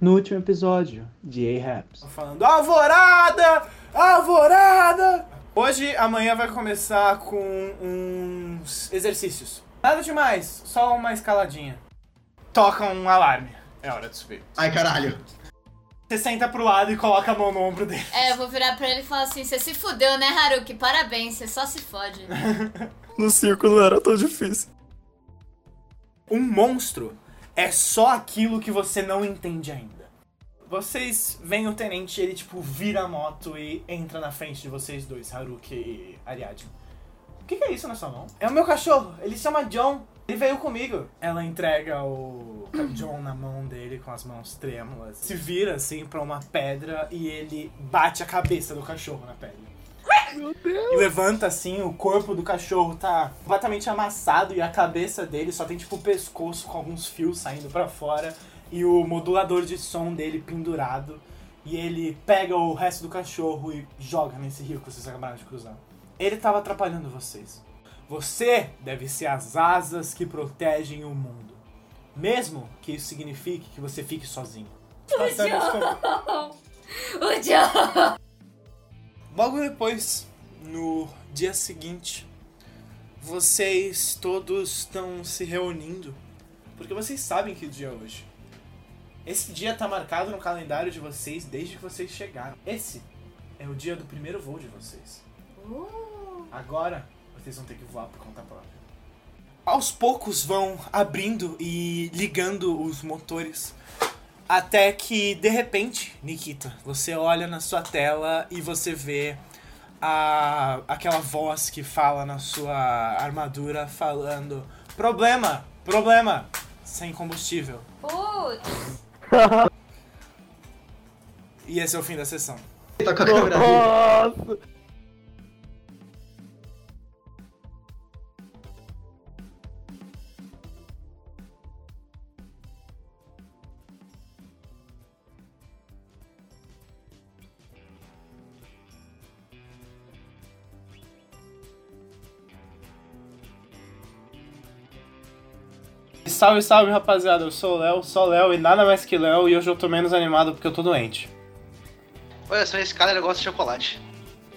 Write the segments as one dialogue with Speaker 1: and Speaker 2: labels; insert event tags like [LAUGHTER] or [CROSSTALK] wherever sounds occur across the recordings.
Speaker 1: no último episódio de A-Raps.
Speaker 2: Falando alvorada! Alvorada! Hoje, amanhã vai começar com uns exercícios. Nada demais, só uma escaladinha. Toca um alarme. É hora de subir.
Speaker 3: Ai, caralho.
Speaker 2: Você senta pro lado e coloca a mão no ombro dele.
Speaker 4: É, eu vou virar pra ele e falar assim: você se fudeu, né, Haruki? Parabéns, você só se fode.
Speaker 5: No circo não era tão difícil.
Speaker 2: Um monstro é só aquilo que você não entende ainda. Vocês veem o tenente, ele tipo vira a moto e entra na frente de vocês dois, Haruki e Ariadne. O que, que é isso na sua mão? É o meu cachorro, ele se chama John, ele veio comigo. Ela entrega o John na mão dele com as mãos trêmulas, se vira assim pra uma pedra e ele bate a cabeça do cachorro na pedra. E levanta assim, o corpo do cachorro tá completamente amassado e a cabeça dele só tem tipo o pescoço com alguns fios saindo pra fora e o modulador de som dele pendurado. E ele pega o resto do cachorro e joga nesse rio que vocês acabaram de cruzar. Ele tava atrapalhando vocês. Você deve ser as asas que protegem o mundo. Mesmo que isso signifique que você fique sozinho.
Speaker 4: [LAUGHS] o John!
Speaker 2: Logo depois, no dia seguinte, vocês todos estão se reunindo. Porque vocês sabem que dia é hoje. Esse dia tá marcado no calendário de vocês desde que vocês chegaram. Esse é o dia do primeiro voo de vocês. Agora vocês vão ter que voar por conta própria. Aos poucos vão abrindo e ligando os motores. Até que, de repente, Nikita, você olha na sua tela e você vê a, aquela voz que fala na sua armadura falando: Problema, problema, sem combustível.
Speaker 4: Putz!
Speaker 2: E esse é o fim da sessão.
Speaker 3: Tá com a câmera ali.
Speaker 2: Salve, salve rapaziada, eu sou o Léo, sou o Léo e nada mais que Léo, e hoje eu tô menos animado porque eu tô doente.
Speaker 6: Olha só, esse cara ele gosta de chocolate.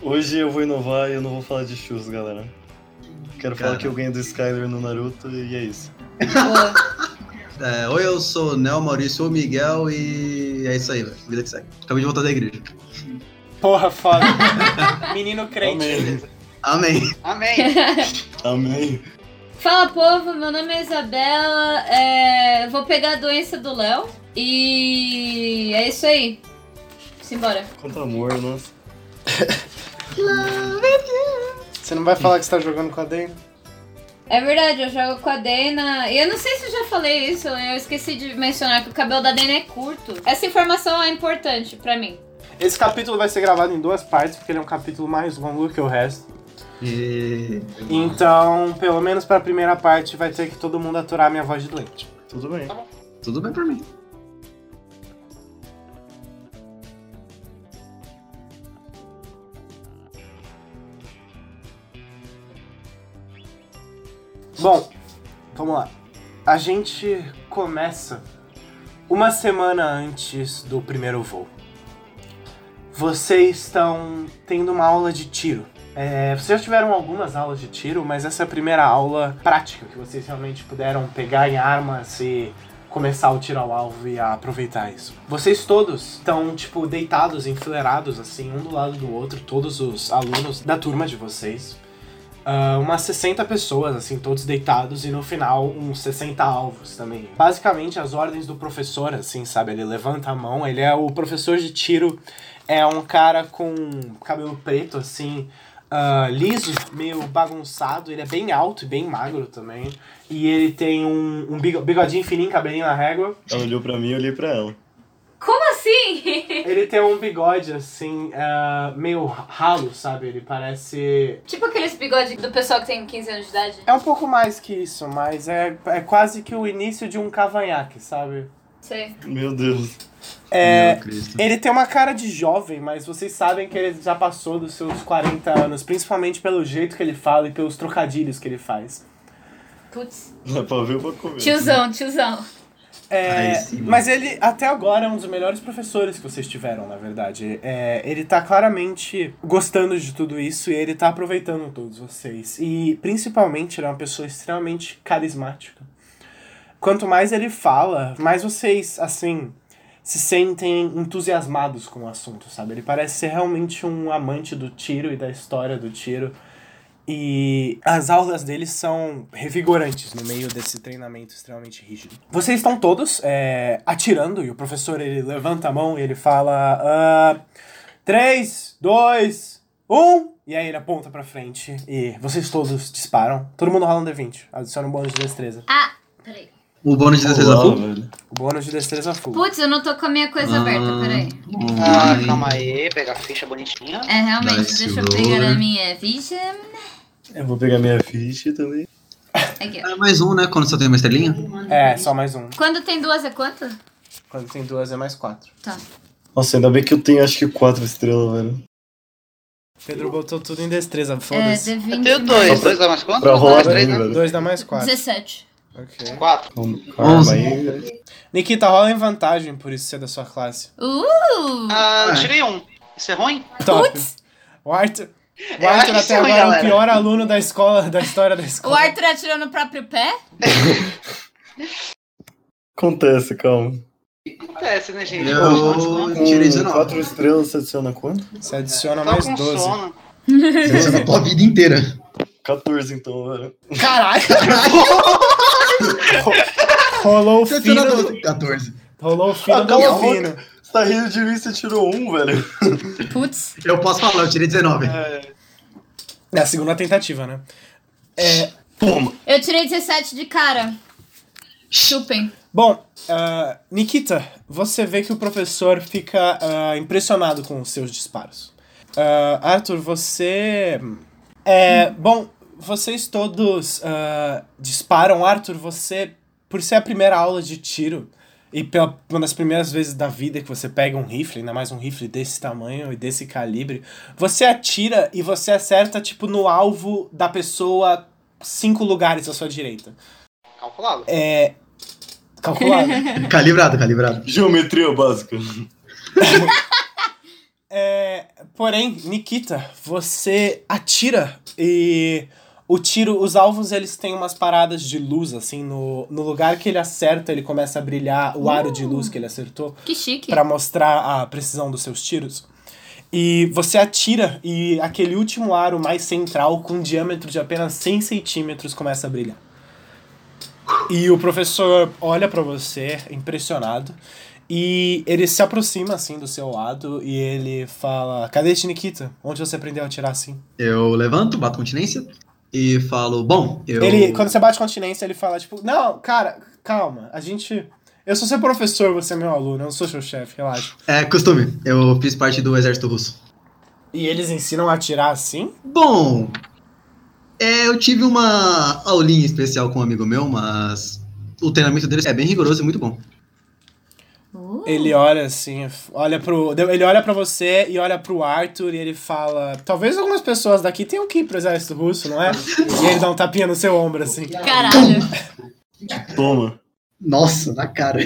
Speaker 5: Hoje eu vou inovar e eu não vou falar de shoes, galera. Quero falar
Speaker 3: Cara.
Speaker 5: que eu ganhei do Skyler no Naruto e é isso.
Speaker 3: É, oi, eu sou o Nel Maurício ou Miguel e é isso aí, velho. Vida que segue. Acabei de voltar da igreja.
Speaker 2: Porra, foda. [LAUGHS] Menino crente.
Speaker 5: Amém.
Speaker 3: Amém.
Speaker 6: Amém.
Speaker 5: Amém.
Speaker 4: Fala povo, meu nome é Isabela, é, vou pegar a doença do Léo e é isso aí. Simbora.
Speaker 5: Quanto amor, nossa.
Speaker 2: Você não vai falar que você tá jogando com a Dane?
Speaker 4: É verdade, eu jogo com a Dana e eu não sei se eu já falei isso, eu esqueci de mencionar que o cabelo da Dana é curto. Essa informação é importante pra mim.
Speaker 2: Esse capítulo vai ser gravado em duas partes, porque ele é um capítulo mais longo que o resto.
Speaker 3: E...
Speaker 2: Então, pelo menos pra primeira parte, vai ter que todo mundo aturar minha voz de doente.
Speaker 5: Tudo bem.
Speaker 3: Tudo bem pra mim.
Speaker 2: Bom, vamos lá. A gente começa uma semana antes do primeiro voo. Vocês estão tendo uma aula de tiro. É, vocês já tiveram algumas aulas de tiro, mas essa é a primeira aula prática que vocês realmente puderam pegar em armas e começar o tiro ao alvo e a aproveitar isso. Vocês todos estão, tipo, deitados, enfileirados, assim, um do lado do outro, todos os alunos da turma de vocês. Ah, umas 60 pessoas, assim, todos deitados, e no final uns 60 alvos também. Basicamente, as ordens do professor, assim, sabe? Ele levanta a mão, ele é o professor de tiro, é um cara com cabelo preto, assim, ah, liso, meio bagunçado, ele é bem alto e bem magro também. E ele tem um, um bigo- bigodinho fininho, cabelinho na régua.
Speaker 5: Ela olhou pra mim e eu olhei pra ela.
Speaker 4: Como assim?
Speaker 2: Ele tem um bigode, assim, ah, meio ralo, sabe? Ele parece
Speaker 4: [LAUGHS] tipo aqueles bigodes do pessoal que tem 15 anos de idade.
Speaker 2: É um pouco mais que isso, mas é, é quase que o início de um cavanhaque, sabe?
Speaker 4: Sei.
Speaker 5: Meu Deus.
Speaker 2: É.
Speaker 3: Meu Cristo.
Speaker 2: Ele tem uma cara de jovem, mas vocês sabem que ele já passou dos seus 40 anos, principalmente pelo jeito que ele fala e pelos trocadilhos que ele faz.
Speaker 4: Putz.
Speaker 5: Dá pra ver ou pra comer?
Speaker 4: Tiozão, tiozão.
Speaker 2: É,
Speaker 3: Aí sim, mano.
Speaker 2: mas ele, até agora, é um dos melhores professores que vocês tiveram, na verdade. É, ele tá claramente gostando de tudo isso e ele tá aproveitando todos vocês. E, principalmente, ele é uma pessoa extremamente carismática. Quanto mais ele fala, mais vocês, assim, se sentem entusiasmados com o assunto, sabe? Ele parece ser realmente um amante do tiro e da história do tiro. E as aulas deles são revigorantes no meio desse treinamento extremamente rígido. Vocês estão todos é, atirando e o professor ele levanta a mão e ele fala: "Ah, 3, 2, 1. E aí ele aponta pra frente e vocês todos disparam. Todo mundo rola um D20. Adiciona um bônus de destreza.
Speaker 4: Ah, peraí.
Speaker 3: O bônus de defesa
Speaker 5: Uau,
Speaker 3: full?
Speaker 5: velho.
Speaker 2: O bônus de destreza full.
Speaker 4: Putz, eu não tô com a minha coisa
Speaker 3: Ah.
Speaker 4: aberta, peraí.
Speaker 6: Ah, calma aí, pegar a ficha bonitinha.
Speaker 4: É, realmente,
Speaker 3: Nice
Speaker 4: deixa eu
Speaker 3: roll.
Speaker 4: pegar a minha ficha.
Speaker 5: Eu vou pegar minha ficha também.
Speaker 4: Aqui. ó.
Speaker 3: É mais um, né? Quando só tem uma estrelinha.
Speaker 2: É, só mais um.
Speaker 4: Quando tem duas é quanto?
Speaker 2: Quando tem duas é mais quatro.
Speaker 4: Tá.
Speaker 5: Nossa, ainda bem que eu tenho acho que quatro estrelas, velho.
Speaker 2: Pedro botou tudo em destreza,
Speaker 4: É,
Speaker 2: foda-se.
Speaker 4: D20.
Speaker 6: Eu tenho
Speaker 4: mais-
Speaker 6: dois, dois dá mais quanto?
Speaker 5: Pra rolar
Speaker 6: Mais
Speaker 5: bem,
Speaker 6: três, né?
Speaker 5: velho.
Speaker 2: Dois dá mais quatro.
Speaker 4: 17.
Speaker 2: Ok.
Speaker 6: Quatro.
Speaker 5: Calma
Speaker 3: Onze.
Speaker 5: aí, velho.
Speaker 2: Nikita, rola em vantagem por isso ser da sua classe.
Speaker 4: Uh!
Speaker 6: Ah, eu
Speaker 3: É.
Speaker 6: tirei um. Isso é ruim?
Speaker 2: Top.
Speaker 4: Putz!
Speaker 2: O Arthur, o
Speaker 6: Eu acho
Speaker 2: Arthur
Speaker 6: isso
Speaker 2: até agora
Speaker 6: ruim,
Speaker 2: é o
Speaker 6: galera.
Speaker 2: pior aluno da escola, da história da
Speaker 4: O
Speaker 2: escola.
Speaker 4: Arthur atirou no próprio pé?
Speaker 5: Acontece, calma.
Speaker 6: Acontece, né, gente?
Speaker 3: Eu
Speaker 5: Com
Speaker 3: tirei 19.
Speaker 5: Quatro estrelas você adiciona quanto?
Speaker 2: Você adiciona
Speaker 6: Tô
Speaker 2: mais
Speaker 6: com
Speaker 2: 12.
Speaker 6: sono.
Speaker 3: Você na tua vida inteira.
Speaker 5: 14 então, velho.
Speaker 2: Caralho! rolou o
Speaker 3: Você tirou
Speaker 2: fino. do-
Speaker 3: 12, 14.
Speaker 2: Rolou o fino
Speaker 5: Ah,
Speaker 2: do
Speaker 5: cala a
Speaker 2: fino.
Speaker 5: Você tá rindo de mim, você tirou um, velho.
Speaker 4: Putz.
Speaker 3: Eu posso falar, eu tirei 19.
Speaker 2: É a segunda tentativa, né? É,
Speaker 5: Toma!
Speaker 4: Eu tirei 17 de cara. Chupem.
Speaker 2: bom, ah, Nikita, você vê que o professor fica ah, impressionado com os seus disparos. Ah, Arthur, você. É, bom, vocês todos ah, disparam. Arthur, você, por ser a primeira aula de tiro e pela uma das primeiras vezes da vida que você pega um rifle, ainda mais um rifle desse tamanho e desse calibre, você atira e você acerta, tipo, no alvo da pessoa cinco lugares à sua direita.
Speaker 6: Calculado.
Speaker 2: É. Calculado. né?
Speaker 3: Calibrado, calibrado.
Speaker 5: [LAUGHS] Geometria básica.
Speaker 2: É, porém, Nikita, você atira e o tiro, os alvos eles têm umas paradas de luz assim no, no lugar que ele acerta, ele começa a brilhar o aro de luz que ele acertou
Speaker 4: Que chique.
Speaker 2: pra mostrar a precisão dos seus tiros. E você atira e aquele último aro mais central com um diâmetro de apenas 100 centímetros começa a brilhar. E o professor olha pra você impressionado e ele se aproxima assim do seu lado e ele fala: "Cadê este Nikita? Onde você aprendeu a atirar assim?"
Speaker 3: Eu levanto, bato continência e falo, bom, eu...
Speaker 2: Ele quando você bate continência, ele fala tipo: "Não, cara, calma. A gente eu sou seu professor, você é meu aluno, eu não sou seu chefe, relaxa."
Speaker 3: É costume, eu fiz parte do exército russo.
Speaker 2: E eles ensinam a atirar assim?
Speaker 3: Bom, é, eu tive uma aulinha especial com um amigo meu, mas o treinamento deles é bem rigoroso e muito bom.
Speaker 4: Uh.
Speaker 2: Ele olha assim, olha pro. Ele olha pra você e olha pro Arthur e ele fala. Talvez algumas pessoas daqui tenham que ir pro exército russo, não é? E ele dá um tapinha no seu ombro, assim.
Speaker 4: Caralho.
Speaker 5: Toma.
Speaker 3: Nossa, na cara.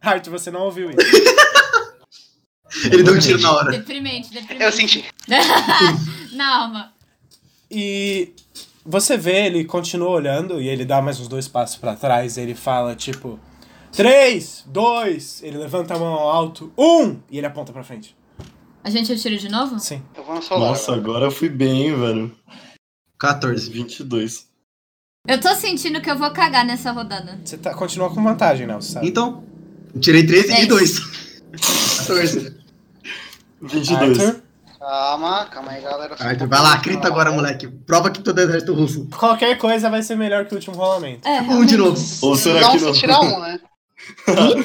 Speaker 2: Arthur, você não ouviu isso.
Speaker 3: Ele deu um tiro na hora.
Speaker 4: Deprimente, deprimente.
Speaker 6: Eu senti.
Speaker 4: Na alma.
Speaker 2: E você vê, ele continua olhando e ele dá mais uns dois passos pra trás e ele fala, tipo. Três, dois, ele levanta a mão ao alto, um! E ele aponta pra frente.
Speaker 4: A gente atira de novo?
Speaker 2: Sim.
Speaker 6: Eu vou no celular.
Speaker 5: Nossa, agora eu fui bem, hein, velho.
Speaker 3: 14.
Speaker 5: 22.
Speaker 4: Eu tô sentindo que eu vou cagar nessa rodada.
Speaker 2: Você tá, continua com vantagem, Nelson, sabe?
Speaker 3: Então, eu tirei 13 e
Speaker 4: Dez.
Speaker 3: 2. 14.
Speaker 5: 22.
Speaker 2: Arthur,
Speaker 6: Calma, calma aí, galera.
Speaker 3: Arthur, vai lá, grita agora, moleque. Prova que tu é do exército russo.
Speaker 2: qualquer coisa vai ser melhor que o último rolamento.
Speaker 4: É.
Speaker 3: Um de novo.
Speaker 5: Ou será
Speaker 6: não,
Speaker 5: que
Speaker 6: se
Speaker 5: não?
Speaker 6: tirar um, né?
Speaker 3: [LAUGHS]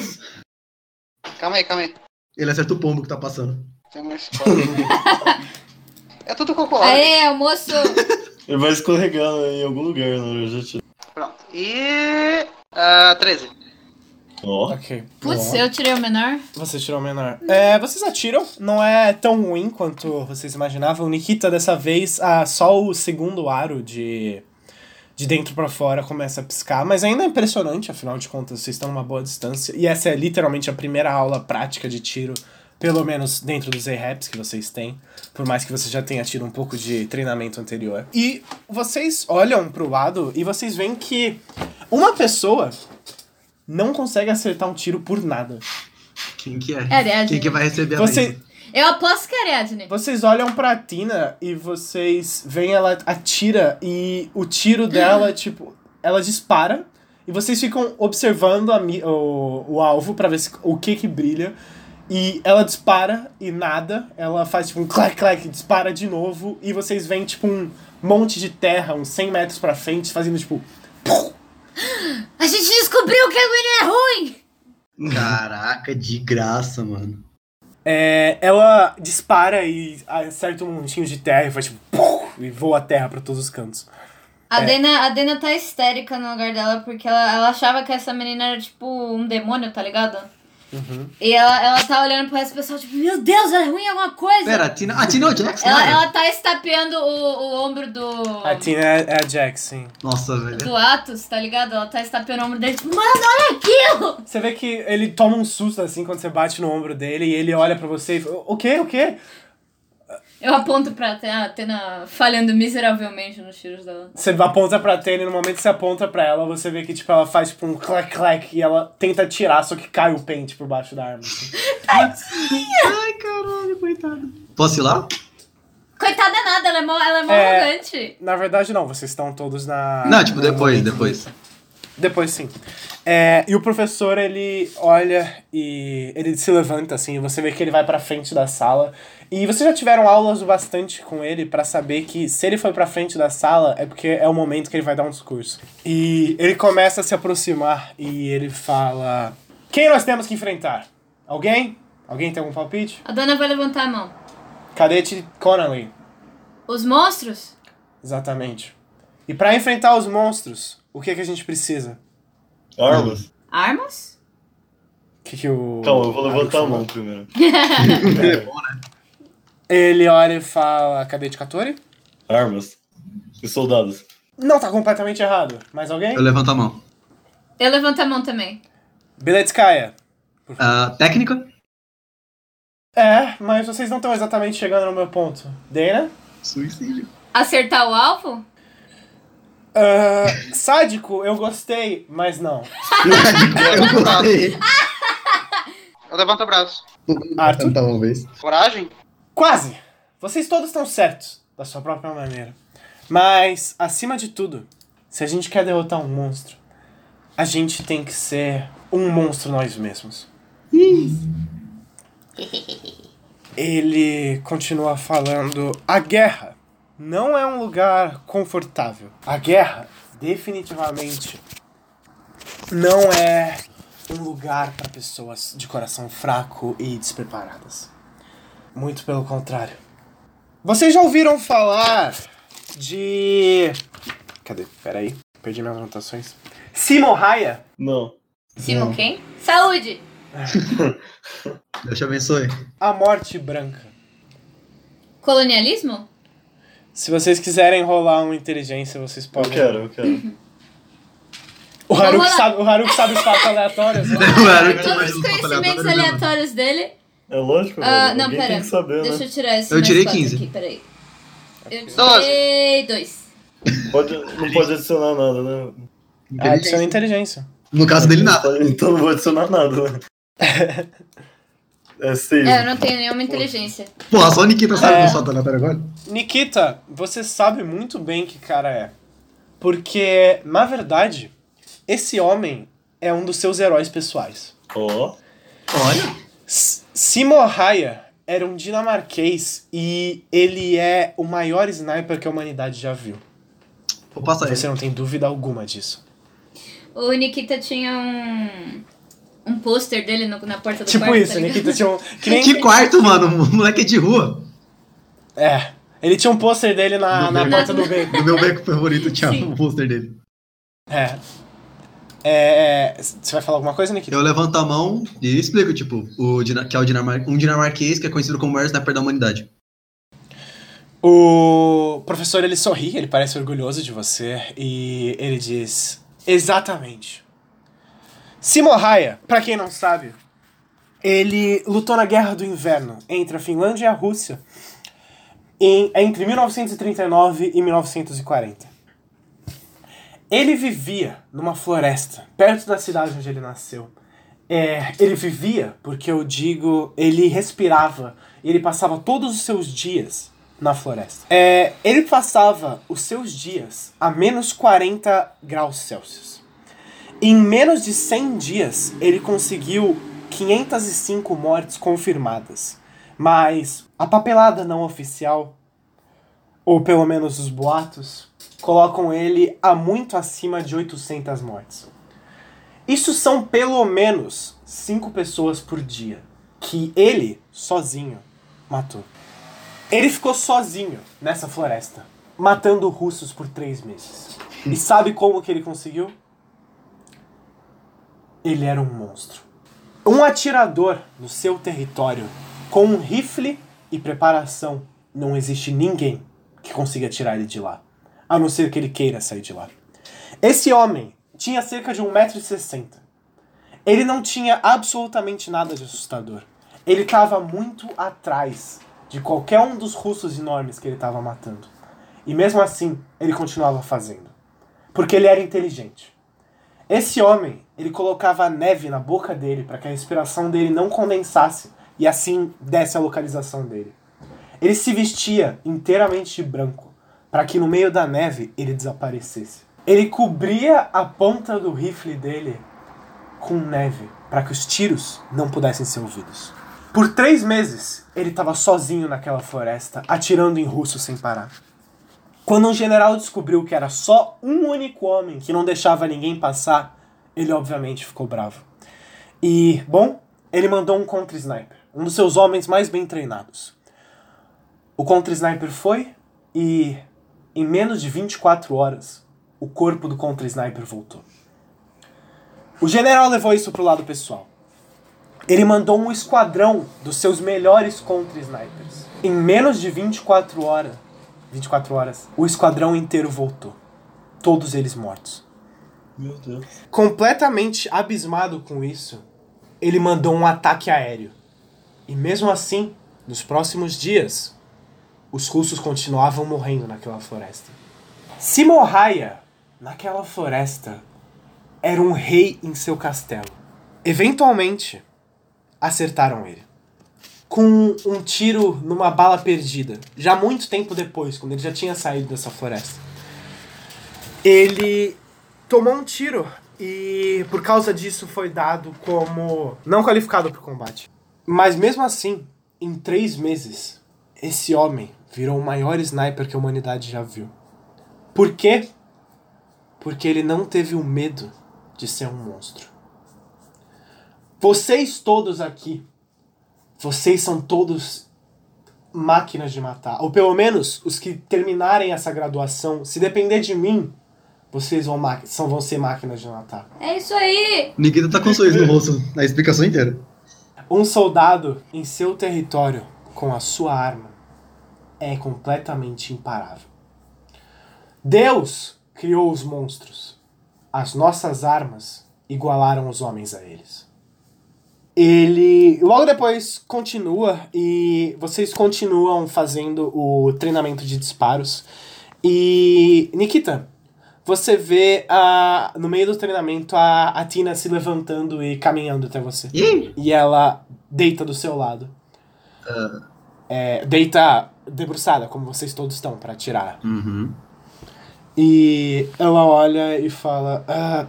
Speaker 6: calma aí, calma aí.
Speaker 3: Ele acerta o pombo que tá passando.
Speaker 6: Tem mais quatro. É tudo calculado.
Speaker 4: Aê, almoço!
Speaker 5: Ele vai escorregar né, em algum lugar, né? Eu já te...
Speaker 6: Pronto. E. ah, 13.
Speaker 5: Ó.
Speaker 2: Ok.
Speaker 4: Putz, eu tirei o menor.
Speaker 2: Você tirou o menor. É, vocês atiram, não é tão ruim quanto vocês imaginavam. Nikita, dessa vez, ah, só o segundo aro de, de dentro pra fora começa a piscar, mas ainda é impressionante, afinal de contas, vocês estão a uma boa distância. E essa é literalmente a primeira aula prática de tiro, pelo menos dentro dos A-Raps que vocês têm, por mais que você já tenha tido um pouco de treinamento anterior. E vocês olham pro lado e vocês veem que uma pessoa não consegue acertar um tiro por nada.
Speaker 3: Quem que é?
Speaker 4: É Ariadne.
Speaker 3: Quem que vai receber a
Speaker 2: Você,
Speaker 3: laser?
Speaker 4: Eu aposto que é Ariadne.
Speaker 2: Vocês olham pra Tina e vocês veem ela atira e o tiro dela, tipo, ela dispara e vocês ficam observando a mi- o, o alvo pra ver se- o que que brilha. E ela dispara e nada, ela faz tipo um clac clac, dispara de novo e vocês veem tipo um monte de terra, uns 100 metros pra frente, fazendo tipo.
Speaker 4: A gente descobriu que a menina é ruim!
Speaker 3: Caraca, de graça, mano.
Speaker 2: É, ela dispara e acerta um montinho de terra e faz tipo. E voa a terra pra todos os cantos.
Speaker 4: A, Dena, a Dena tá histérica no lugar dela porque ela, ela achava que essa menina era tipo um demônio, tá ligado? E ela, ela tá olhando pro resto do pessoal, tipo, meu Deus, ela é ruim em alguma coisa.
Speaker 3: Pera, a Tina. A Tina é o Jax?
Speaker 4: Ela,
Speaker 3: não?
Speaker 4: ela tá estapeando o, o ombro do.
Speaker 2: A Tina é a Jackson.
Speaker 3: Nossa, velho.
Speaker 4: Do Atos, tá ligado? Ela tá estapeando o ombro dele, tipo, mano, olha aquilo!
Speaker 2: Você vê que ele toma um susto assim quando você bate no ombro dele e ele olha pra você e fala, o quê? O quê?
Speaker 4: Eu aponto pra Atena, Atena falhando miseravelmente nos tiros dela.
Speaker 2: Você aponta pra Tênis, no momento que você aponta pra ela, você vê que tipo, ela faz tipo um clac clac e ela tenta tirar, só que cai o pente por baixo da arma. assim.
Speaker 3: Ai, caralho, coitado. Posso ir lá?
Speaker 4: Coitada nada, ela é mó, ela é mó
Speaker 2: É.
Speaker 4: arrogante.
Speaker 2: Na verdade, não, vocês estão todos na.
Speaker 3: Não, tipo,
Speaker 2: na-
Speaker 3: depois, depois.
Speaker 2: Depois sim. É, e o professor, ele olha e ele se levanta, assim, e você vê que ele vai pra frente da sala. E vocês já tiveram aulas o bastante com ele pra saber que se ele foi pra frente da sala é porque é o momento que ele vai dar um discurso. E ele começa a se aproximar e ele fala: Quem nós temos que enfrentar? Alguém? Alguém tem algum palpite?
Speaker 4: A dona vai levantar a mão.
Speaker 2: Cadete Connolly.
Speaker 4: Os monstros?
Speaker 2: Exatamente. E pra enfrentar os monstros, o que, que a gente precisa?
Speaker 5: Armas?
Speaker 4: Armas?
Speaker 2: O que, que o.
Speaker 5: Calma, Então, eu vou levantar a
Speaker 2: falou?
Speaker 5: mão primeiro. [LAUGHS] É.
Speaker 2: Ele olha e fala, cadete Katori?
Speaker 5: Armas. E soldados.
Speaker 2: Não, tá completamente errado. Mais alguém?
Speaker 3: Eu levanto a mão.
Speaker 4: Eu levanto a mão também.
Speaker 2: Beletskaya.
Speaker 3: Ah, técnica?
Speaker 2: É, mas vocês não estão exatamente chegando no meu ponto. Dana?
Speaker 3: Suicídio.
Speaker 4: Acertar o alvo?
Speaker 2: Ah, sádico, eu gostei, mas não.
Speaker 3: [LAUGHS] Eu gostei.
Speaker 6: Eu levanto o braço.
Speaker 2: Arthur? Então,
Speaker 3: Talvez.
Speaker 6: Coragem?
Speaker 2: Quase! Vocês todos estão certos, da sua própria maneira. Mas, acima de tudo, se a gente quer derrotar um monstro, a gente tem que ser um monstro nós mesmos. Ele continua falando: a guerra não é um lugar confortável. A guerra, definitivamente, não é um lugar para pessoas de coração fraco e despreparadas. Muito pelo contrário. Vocês já ouviram falar de. Cadê? Peraí, perdi minhas anotações. Simon Raya?
Speaker 5: Não.
Speaker 4: Simo quem? Saúde!
Speaker 3: Deus te abençoe.
Speaker 2: A Morte Branca.
Speaker 4: Colonialismo?
Speaker 2: Se vocês quiserem rolar uma inteligência, vocês
Speaker 5: Eu
Speaker 2: podem.
Speaker 5: quero, eu quero.
Speaker 2: O
Speaker 4: Vamos
Speaker 2: Haruki
Speaker 4: lá.
Speaker 2: sabe, o Haruki sabe os fatos aleatórios. né?
Speaker 3: [LAUGHS]
Speaker 4: Todos
Speaker 3: tipo,
Speaker 4: os conhecimentos
Speaker 3: né,
Speaker 4: aleatórios dele.
Speaker 5: É lógico,
Speaker 4: Ah,
Speaker 5: velho.
Speaker 4: não,
Speaker 5: Alguém
Speaker 4: pera.
Speaker 5: tem que saber,
Speaker 4: Deixa
Speaker 5: né?
Speaker 4: eu tirar esse.
Speaker 3: Eu
Speaker 4: mais
Speaker 3: tirei
Speaker 4: quatro
Speaker 3: 15.
Speaker 4: Aqui, peraí. Eu
Speaker 6: Doze.
Speaker 4: tirei dois.
Speaker 5: Pode, não pode adicionar nada, né?
Speaker 2: Adiciona inteligência.
Speaker 3: No caso dele, nada.
Speaker 5: Então não vou adicionar
Speaker 4: [LAUGHS]
Speaker 5: nada, né? É seis.
Speaker 4: É, eu não tenho nenhuma inteligência.
Speaker 3: Porra, só o Nikita sabe
Speaker 2: É.
Speaker 3: que eu sou aleatório agora?
Speaker 2: Nikita, você sabe muito bem que cara é. Porque, na verdade, esse homem é um dos seus heróis pessoais.
Speaker 5: Ó.
Speaker 3: Olha.
Speaker 2: S- Seymour Raya era um dinamarquês e ele é o maior sniper que a humanidade já viu.
Speaker 3: Vou passar
Speaker 2: Você
Speaker 3: ele.
Speaker 2: não tem dúvida alguma disso.
Speaker 4: O Nikita tinha um. Um pôster dele no- na porta do
Speaker 2: tipo
Speaker 4: quarto.
Speaker 2: isso,
Speaker 4: tá ligado?
Speaker 2: Nikita tinha um. Que nem,
Speaker 3: [LAUGHS] Que quarto, mano? O Moleque é de rua.
Speaker 2: É. Ele tinha um pôster dele na, na
Speaker 3: Meu
Speaker 2: porta do beco.
Speaker 3: Do meu beco favorito, tchau.
Speaker 4: Sim.
Speaker 3: O pôster dele.
Speaker 2: É. É. Você vai falar alguma coisa, Nikita?
Speaker 3: Eu levanto a mão e explico, tipo, o, dina- que é o dinamar- um dinamarquês que é conhecido como o maior sniper da humanidade.
Speaker 2: O professor ele sorri, ele parece orgulhoso de você e ele diz: Exatamente. Simohaya, pra quem não sabe, ele lutou na Guerra do Inverno entre a Finlândia e a Rússia em- entre 1939 e 1940. Ele vivia numa floresta, perto da cidade onde ele nasceu. É, ele vivia, porque eu digo, ele respirava, e ele passava todos os seus dias na floresta. É, ele passava os seus dias a menos 40 graus Celsius. Em menos de 100 dias, ele conseguiu 505 mortes confirmadas. Mas a papelada não oficial, ou pelo menos os boatos, colocam ele a muito acima de 800 mortes. Isso são pelo menos 5 pessoas por dia que ele, sozinho, matou. Ele ficou sozinho nessa floresta, matando russos por três meses. E sabe como que ele conseguiu? Ele era um monstro. Um atirador no seu território com um rifle e preparação. Não existe ninguém que consiga tirar ele de lá, a não ser que ele queira sair de lá. Esse homem tinha cerca de 1,60m. Ele não tinha absolutamente nada de assustador. Ele estava muito atrás de qualquer um dos russos enormes que ele estava matando. E mesmo assim, ele continuava fazendo. Porque ele era inteligente. Esse homem, ele colocava a neve na boca dele para que a respiração dele não condensasse e assim desse a localização dele. Ele se vestia inteiramente de branco para que no meio da neve ele desaparecesse. Ele cobria a ponta do rifle dele com neve para que os tiros não pudessem ser ouvidos. Por três meses, ele estava sozinho naquela floresta, atirando em russo sem parar. Quando um general descobriu que era só um único homem que não deixava ninguém passar, ele obviamente ficou bravo. E, bom, ele mandou um contra-sniper, um dos seus homens mais bem treinados. O contra-sniper foi e, em menos de 24 horas, o corpo do contra-sniper voltou. O general levou isso pro lado pessoal. Ele mandou um esquadrão dos seus melhores contra-snipers. Em menos de 24 horas, 24 horas, o esquadrão inteiro voltou. Todos eles mortos.
Speaker 5: Meu Deus.
Speaker 2: Completamente abismado com isso, ele mandou um ataque aéreo. E mesmo assim, nos próximos dias, os russos continuavam morrendo naquela floresta. Simohaya, naquela floresta, era um rei em seu castelo. Eventualmente, acertaram ele. Com um tiro numa bala perdida, já muito tempo depois, quando ele já tinha saído dessa floresta. Ele tomou um tiro e por causa disso foi dado como não qualificado para o combate. Mas mesmo assim, em três meses, esse homem virou o maior sniper que a humanidade já viu. Por quê? Porque ele não teve o medo de ser um monstro. Vocês todos aqui, vocês são todos máquinas de matar. Ou pelo menos os que terminarem essa graduação, se depender de mim, vocês vão, maqui- são, vão ser máquinas de matar.
Speaker 4: É isso aí!
Speaker 3: Nikita tá com um sorriso no rosto, na explicação inteira.
Speaker 2: Um soldado em seu território com a sua arma é completamente imparável. Deus criou os monstros. As nossas armas igualaram os homens a eles. Ele logo depois continua e vocês continuam fazendo o treinamento de disparos. E Nikita, você vê a, no meio do treinamento a, a Tina se levantando e caminhando até você
Speaker 3: Ih!
Speaker 2: e ela deita do seu lado. É, deita debruçada, como vocês todos estão, pra tirar.
Speaker 3: Uhum.
Speaker 2: E ela olha e fala: "Ah,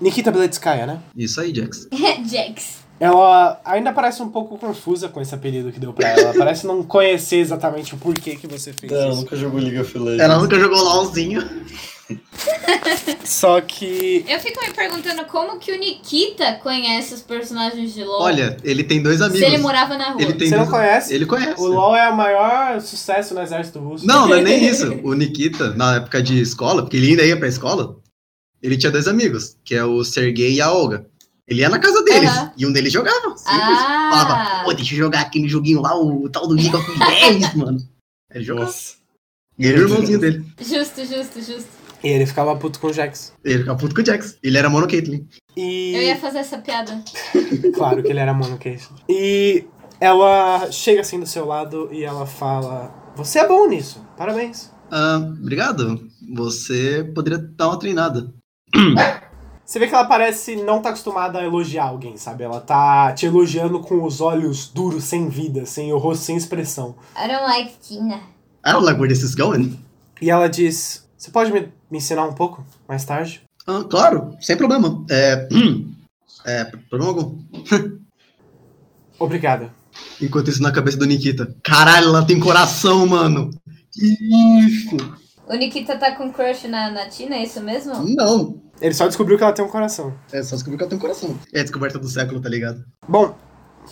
Speaker 2: Nikita Beletskaya, né?
Speaker 3: Isso aí, Jax.
Speaker 4: Jax.
Speaker 2: Ela ainda parece um pouco confusa com esse apelido que deu pra ela. Parece não conhecer exatamente o porquê que você fez
Speaker 5: Não,
Speaker 2: isso.
Speaker 5: nunca jogou League of Legends.
Speaker 3: Ela nunca jogou LOLzinho.
Speaker 2: Só que.
Speaker 4: Eu fico me perguntando como que o Nikita conhece os personagens de LoL.
Speaker 3: Olha, ele tem dois amigos.
Speaker 4: se ele morava na rua.
Speaker 3: Ele tem
Speaker 2: Você não
Speaker 3: dois-
Speaker 2: conhece?
Speaker 3: Ele conhece.
Speaker 2: O LoL é o maior sucesso no exército russo.
Speaker 3: Não, não é
Speaker 4: [LAUGHS]
Speaker 3: nem isso. O Nikita, na época de escola, porque ele ainda ia pra escola, ele tinha dois amigos, que é o Sergei e a Olga. Ele ia na casa deles,
Speaker 4: Aham.
Speaker 3: e um deles jogava. Simples.
Speaker 4: Ah.
Speaker 3: Falava, pô, deixa eu jogar aquele joguinho lá, o tal do League of Legends, [LAUGHS] mano. Ele jogava.
Speaker 5: Nossa.
Speaker 3: Ele e o irmãozinho dele.
Speaker 4: Justo, justo, justo.
Speaker 2: E ele ficava puto com o Jax.
Speaker 3: Ele ficava puto com o Jax. Ele era mono Caitlyn.
Speaker 4: Eu ia
Speaker 2: E.
Speaker 4: fazer essa piada.
Speaker 2: Claro que ele era monocase. E ela chega assim do seu lado e ela fala: Você é bom nisso, parabéns.
Speaker 3: Ah, obrigado. Você poderia dar uma treinada.
Speaker 2: Você vê que ela parece não tá acostumada a elogiar alguém, sabe? Ela tá te elogiando com os olhos duros, sem vida, sem o rosto, sem expressão.
Speaker 4: I don't like Tina.
Speaker 3: I don't like where this is going.
Speaker 2: E ela diz: Você pode me, me ensinar um pouco mais tarde?
Speaker 3: Ah, claro, sem problema. É. [CLEARS THROAT] É, problema algum.
Speaker 2: Obrigada.
Speaker 3: Enquanto isso na cabeça do Nikita. Caralho, ela tem coração, mano. Que Isso.
Speaker 4: O Nikita tá com crush na, na Tina, é isso mesmo?
Speaker 3: Não.
Speaker 2: Ele só descobriu que ela tem um coração.
Speaker 3: É só descobrir que ela tem coração. É a descoberta do século, tá ligado?
Speaker 2: Bom,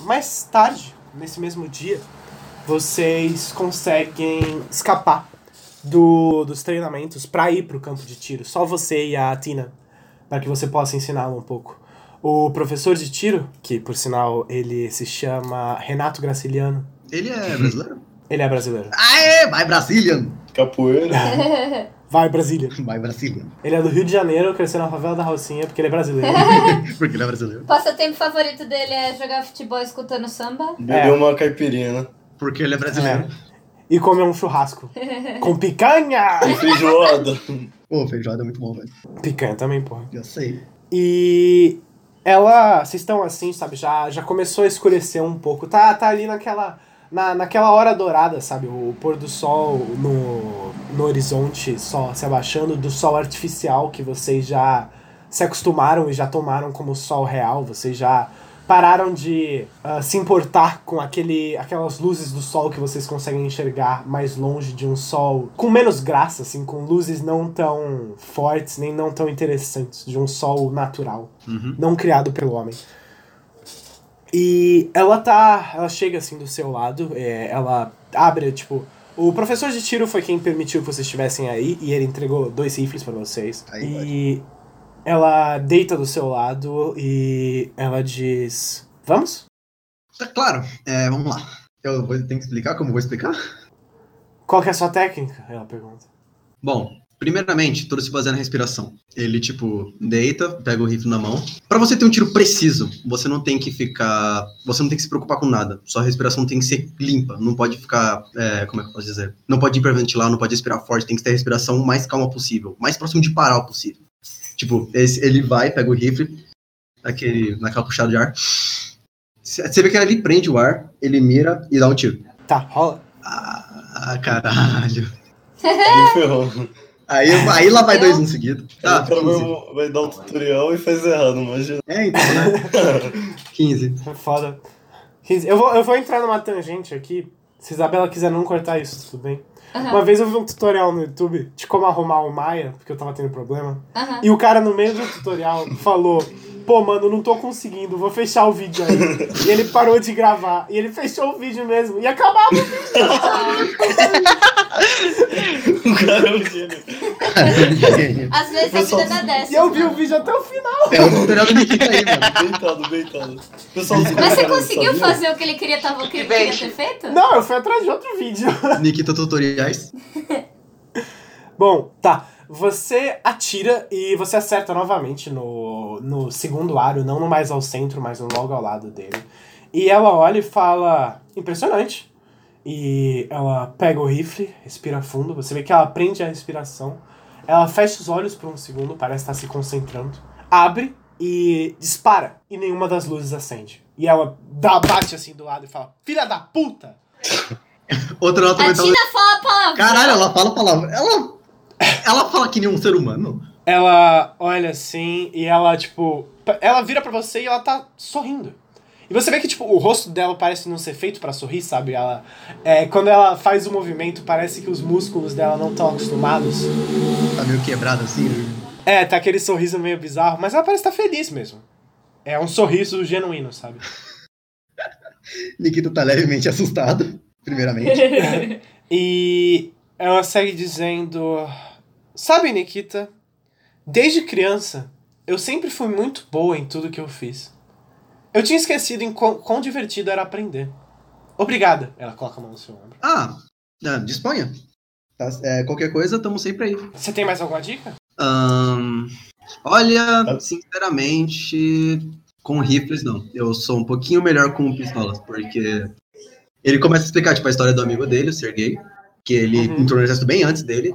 Speaker 2: mais tarde, nesse mesmo dia, vocês conseguem escapar do, dos treinamentos pra ir pro campo de tiro. Só você e a Tina, para que você possa ensiná-la um pouco. O professor de tiro, que por sinal ele se chama Renato Graciliano,
Speaker 3: Ele é brasileiro? [LAUGHS]
Speaker 2: ele é brasileiro.
Speaker 3: Aê, vai Brasilian!
Speaker 4: É.
Speaker 5: Capoeira.
Speaker 2: Vai, Brasília.
Speaker 3: Vai Brasilian.
Speaker 2: Ele é do Rio de Janeiro, cresceu na favela da Rocinha, porque ele é brasileiro.
Speaker 3: [LAUGHS] Porque ele é brasileiro.
Speaker 4: Passatempo favorito dele é jogar futebol escutando samba.
Speaker 5: Bebeu uma caipirinha,
Speaker 4: [LAUGHS]
Speaker 5: né?
Speaker 3: Porque ele é brasileiro.
Speaker 2: É. E comeu um churrasco. Com picanha!
Speaker 5: E feijoada.
Speaker 3: Pô, feijoada é muito bom, velho.
Speaker 2: Picanha também, porra.
Speaker 3: Eu sei.
Speaker 2: E ela, vocês estão assim, sabe? Já, já começou a escurecer um pouco. Tá, tá ali naquela, na, naquela hora dourada, sabe? O pôr do sol no, no horizonte só se abaixando, do sol artificial que vocês já se acostumaram e já tomaram como sol real. Vocês já pararam de ah, se importar com aquele, aquelas luzes do sol que vocês conseguem enxergar mais longe de um sol com menos graça, assim, com luzes não tão fortes nem não tão interessantes, de um sol natural
Speaker 3: Uhum.
Speaker 2: não criado pelo homem. E ela tá. Ela chega assim do seu lado, é, ela abre, tipo. O professor de tiro foi quem permitiu que vocês estivessem aí e ele entregou dois rifles pra vocês.
Speaker 3: Aí,
Speaker 2: e ela deita do seu lado e ela diz: Vamos?
Speaker 3: Tá claro. É, vamos lá. Eu vou, tenho que explicar como eu vou explicar?
Speaker 2: Qual que é a sua técnica? Ela pergunta.
Speaker 3: Bom, primeiramente, tudo se baseia na respiração. Ele, tipo, deita, pega o rifle na mão. Pra você ter um tiro preciso, você não tem que ficar. Você não tem que se preocupar com nada. Sua respiração tem que ser limpa. Não pode ficar. é, como é que eu posso dizer? Não pode hiperventilar, não pode respirar forte. Tem que ter a respiração mais calma possível. Mais próximo de parar possível. Tipo, esse- ele vai, pega o rifle, aquele, naquela puxada de ar. C- Você vê que ele prende o ar, ele mira e dá um tiro.
Speaker 2: Tá, rola. [LAUGHS]
Speaker 3: Ah, caralho.
Speaker 5: Aí ferrou.
Speaker 3: Aí, aí lá vai dois um seguido. Tá,
Speaker 4: Ah.
Speaker 5: Aí É o cara
Speaker 3: 15.
Speaker 5: vai, vai dar o tutorial e faz errado, imagina. [LAUGHS]
Speaker 3: É, então, né? 15.
Speaker 2: É Foda. Eu vou, eu vou entrar numa tangente aqui. Se Isabela quiser não cortar isso, tudo bem.
Speaker 4: Aham.
Speaker 2: Uma vez eu vi um tutorial no YouTube de como arrumar o Maia, porque eu tava tendo problema.
Speaker 4: Aham.
Speaker 2: E o cara no meio do tutorial falou: Pô, mano, não tô conseguindo, vou fechar o vídeo aí. e ele parou de gravar. E ele fechou o vídeo mesmo. E acabava.
Speaker 5: O cara é um gênio.
Speaker 4: Às vezes a vida dá dessa.
Speaker 2: E eu vi o vídeo até o final.
Speaker 3: É o tutorial do Nikita aí, mano.
Speaker 5: Deitado, deitado. O pessoal fica
Speaker 4: né? Mas você
Speaker 5: olhando,
Speaker 4: conseguiu
Speaker 5: sabia?
Speaker 4: fazer o que ele queria, tava, o que ele queria
Speaker 6: Inveja.
Speaker 4: ter feito?
Speaker 2: Não, eu fui atrás de outro vídeo.
Speaker 3: Nikita Tutoriais.
Speaker 2: Bom, tá. Você atira e você acerta novamente no, no segundo aro, não no mais ao centro, mas no logo ao lado dele. E ela olha e fala: impressionante. E ela pega o rifle, respira fundo. Você vê que ela prende a respiração. Ela fecha os olhos por um segundo, parece estar se concentrando. Abre e dispara. E nenhuma das luzes acende. E ela dá, bate assim do lado e fala: Filha da puta!
Speaker 3: Outra nota
Speaker 4: A
Speaker 3: mental.
Speaker 4: Tina fala a palavra.
Speaker 3: Caralho, ela fala a palavra. Ela. Ela fala que nem um ser humano.
Speaker 2: Ela olha assim e ela, tipo. pa- Ela vira pra você e ela tá sorrindo. E você vê que, tipo, o rosto dela parece não ser feito pra sorrir, sabe? Ela. É, quando ela faz o movimento, parece que os músculos dela não estão acostumados.
Speaker 3: Tá meio quebrada assim.
Speaker 2: É, tá aquele sorriso meio bizarro, mas ela parece estar feliz mesmo. É um sorriso genuíno, sabe?
Speaker 3: Nikita tá levemente assustado,
Speaker 4: [LAUGHS]
Speaker 3: primeiramente.
Speaker 2: E ela segue dizendo: Sabe, Nikita, desde criança eu sempre fui muito boa em tudo que eu fiz. Eu tinha esquecido em quão, quão divertido era aprender. Obrigada. Ela coloca a mão no seu ombro.
Speaker 3: Ah, ah, disponha. Tá? É, qualquer coisa, estamos sempre aí.
Speaker 2: Você tem mais alguma dica?
Speaker 3: Ahn,
Speaker 2: Ah.
Speaker 3: olha, sinceramente, com rifles não. Eu sou um pouquinho melhor com pistolas, porque ele começa a explicar tipo, a história do amigo dele, o Sergei, que ele
Speaker 2: Uhum.
Speaker 3: entrou no exército bem antes dele.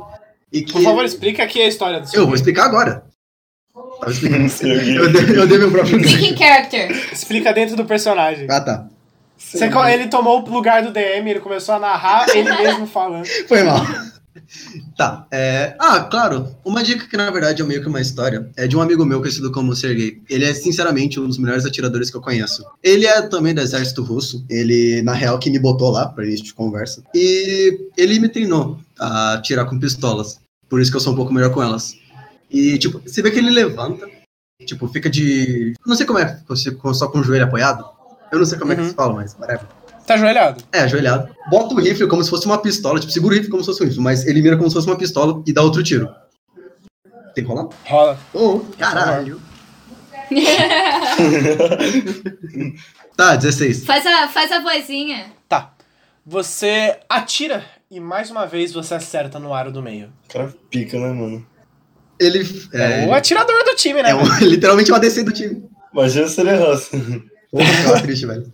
Speaker 3: E que
Speaker 2: Por favor, explica aqui a história do
Speaker 3: eu
Speaker 2: seu.
Speaker 3: vou explicar agora.
Speaker 2: [LAUGHS]
Speaker 3: Tava explicando.
Speaker 5: Sergei.
Speaker 3: eu, dei, eu dei meu
Speaker 4: [LAUGHS]
Speaker 3: próprio
Speaker 4: Speak in
Speaker 3: exemplo.
Speaker 4: character. [LAUGHS]
Speaker 2: Explica dentro do personagem.
Speaker 3: Ah, tá.
Speaker 2: Você co- ele tomou o lugar do DM, ele começou a narrar ele mesmo falando.
Speaker 3: Foi mal. Tá. é, Ah, claro. Uma dica que na verdade é meio que uma história é de um amigo meu conhecido como Sergei. Ele é sinceramente um dos melhores atiradores que eu conheço. Ele é também do exército russo. Ele, na real, que me botou lá pra gente de conversa. E ele me treinou a atirar com pistolas. Por isso que eu sou um pouco melhor com elas. E, tipo, você vê que ele levanta. Tipo, fica de. Não sei como é, você com- só com o joelho apoiado. Eu não sei como é que
Speaker 2: Uhum.
Speaker 3: se fala, mas whatever.
Speaker 2: Tá ajoelhado?
Speaker 3: É, ajoelhado. Bota o rifle como se fosse uma pistola, tipo, segura o rifle como se fosse um rifle, mas ele mira como se fosse uma pistola e dá outro tiro. Tem que rolar?
Speaker 2: Rola.
Speaker 3: Oh, caralho. Tá, 16.
Speaker 4: Faz a, faz a vozinha.
Speaker 2: Tá. Você atira e mais uma vez você acerta no aro do meio.
Speaker 5: O cara pica, né, mano?
Speaker 3: Ele
Speaker 2: É,
Speaker 3: é,
Speaker 2: o atirador do time, né?
Speaker 3: é um- [LAUGHS] literalmente uma DC do time.
Speaker 5: Imagina se ele errasse. [LAUGHS]
Speaker 3: Porra, que tava triste, velho.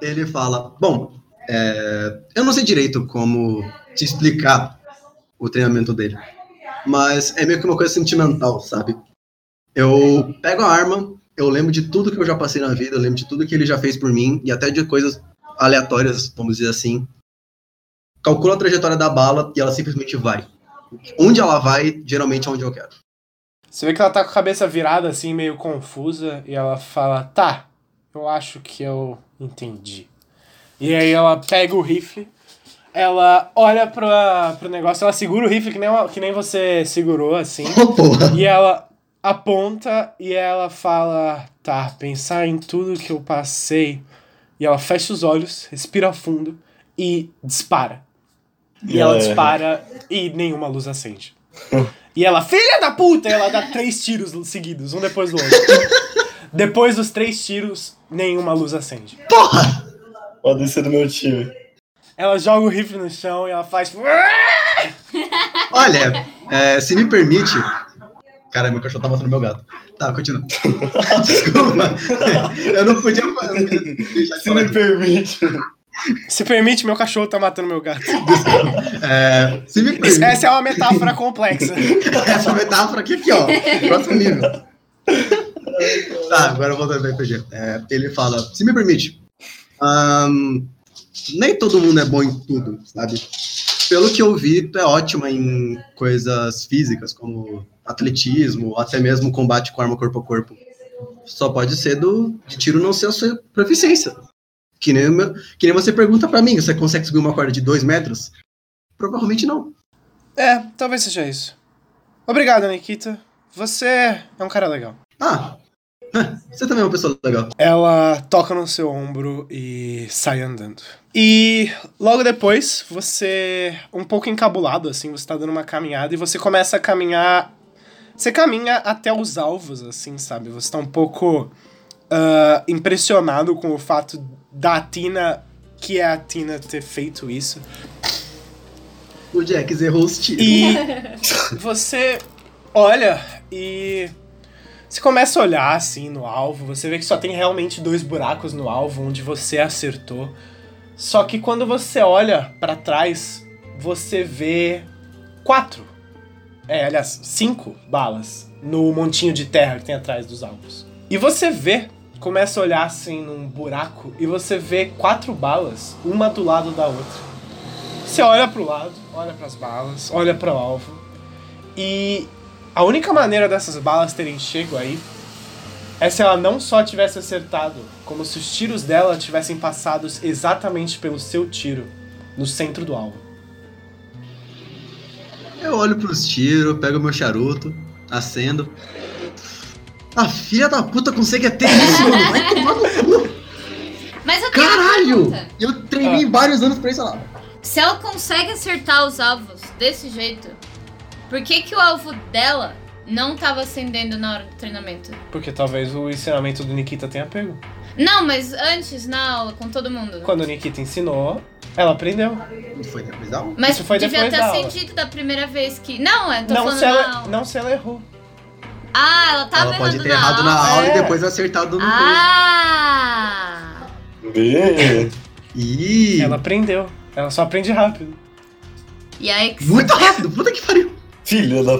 Speaker 3: Ele fala, bom, é, eu não sei direito como te explicar o treinamento dele, mas é meio que uma coisa sentimental, sabe? Eu pego a arma, eu lembro de tudo que eu já passei na vida, eu lembro de tudo que ele já fez por mim e até de coisas aleatórias, vamos dizer assim. Calculo a trajetória da bala e ela simplesmente vai. Onde ela vai, geralmente é onde eu quero.
Speaker 2: Você vê que ela tá com a cabeça virada, assim, meio confusa, e ela fala: Tá, eu acho que eu entendi. E aí ela pega o rifle, ela olha pra, pro negócio, ela segura o rifle que nem, uma- que nem você segurou, assim,
Speaker 3: Ô, porra!
Speaker 2: e ela aponta e ela fala: Tá, pensar em tudo que eu passei. E ela fecha os olhos, respira fundo e dispara. E ela
Speaker 5: É.
Speaker 2: dispara e nenhuma luz acende. E ela, filha da puta! E ela dá três tiros seguidos, um depois do outro. depois dos três tiros, nenhuma luz acende.
Speaker 5: Ó, descer do meu time.
Speaker 2: Ela joga o rifle no chão e ela faz.
Speaker 3: Olha, é, se me permite. Cara, meu cachorro tá matando meu gato. Tá,
Speaker 5: [LAUGHS]
Speaker 3: continua. Desculpa. Eu não podia fazer. deixar de
Speaker 5: Se
Speaker 3: falar
Speaker 5: me
Speaker 3: disso.
Speaker 5: permite.
Speaker 2: Se permite, meu cachorro tá matando meu gato. [LAUGHS]
Speaker 3: É, se
Speaker 5: [LAUGHS]
Speaker 3: me
Speaker 2: Isso-
Speaker 3: permite.
Speaker 2: Essa é uma metáfora complexa.
Speaker 3: Essa é metáfora aqui, aqui, ó. Próximo nível. Tá, agora voltando pro RPG. É, ele fala, se me permite. ahn, nem todo mundo é bom em tudo, sabe? Pelo que eu vi, tu é ótima em coisas físicas, como atletismo, ou até mesmo combate com arma corpo a corpo. Só pode ser do de tiro não ser a sua proficiência. Que nem, o meu- que nem você pergunta pra mim, você consegue subir uma corda de dois metros? Provavelmente não.
Speaker 2: É, talvez seja isso. Obrigado, Nikita. Você é um cara legal.
Speaker 3: Ah, você também é uma pessoa legal.
Speaker 2: Ela toca no seu ombro e sai andando. E logo depois, você, um pouco encabulado, assim, você tá dando uma caminhada e você começa a caminhar. Você caminha até os alvos, assim, sabe? Você tá um pouco ah, impressionado com o fato da Tina, que é a Tina, ter feito isso.
Speaker 3: O Jax errou os tiros.
Speaker 2: E [LAUGHS] você olha e você começa a olhar assim no alvo, você vê que só tem realmente dois buracos no alvo onde você acertou. Só que quando você olha pra trás, você vê quatro. É, aliás, cinco balas no montinho de terra que tem atrás dos alvos. E você vê, começa a olhar assim num buraco e você vê quatro balas, uma do lado da outra. Você olha pro lado, olha pras balas, olha pro alvo. E a única maneira dessas balas terem chego aí é se ela não só tivesse acertado, como se os tiros dela tivessem passados exatamente pelo seu tiro, no centro do alvo.
Speaker 3: Eu olho pros tiros, pego meu charuto, acendo. A filha da puta consegue até é isso, mano. Vai tomar no cu,
Speaker 4: Mas eu tenho uma
Speaker 3: caralho!
Speaker 4: pergunta.
Speaker 3: Eu treinei vários anos pra isso lá.
Speaker 4: Se ela consegue acertar os alvos desse jeito, por que, que o alvo dela não tava acendendo na hora do treinamento?
Speaker 2: Porque talvez o ensinamento do Nikita tenha pego.
Speaker 4: Não, mas antes na aula, com todo mundo.
Speaker 2: Quando o Nikita ensinou, Ela aprendeu.
Speaker 3: Foi depois da aula?
Speaker 4: Mas
Speaker 2: Isso foi
Speaker 4: devia
Speaker 2: depois
Speaker 4: ter
Speaker 2: da aula.
Speaker 4: sentido da primeira vez que. Não, eu tô
Speaker 2: Não
Speaker 4: falando
Speaker 2: se,
Speaker 4: na
Speaker 2: ela,
Speaker 4: aula.
Speaker 2: não se ela errou.
Speaker 4: Ah, ela
Speaker 2: Tá
Speaker 4: tava
Speaker 3: ela pode
Speaker 4: errando
Speaker 3: ter errado na
Speaker 2: aula.
Speaker 3: aula
Speaker 2: É.
Speaker 3: e depois acertado no ah.
Speaker 4: Ah!
Speaker 5: Bem,
Speaker 3: Ih,
Speaker 2: Ela aprendeu. Ela só aprende rápido.
Speaker 4: Yikes.
Speaker 3: muito rápido, puta que pariu.
Speaker 5: Filha da.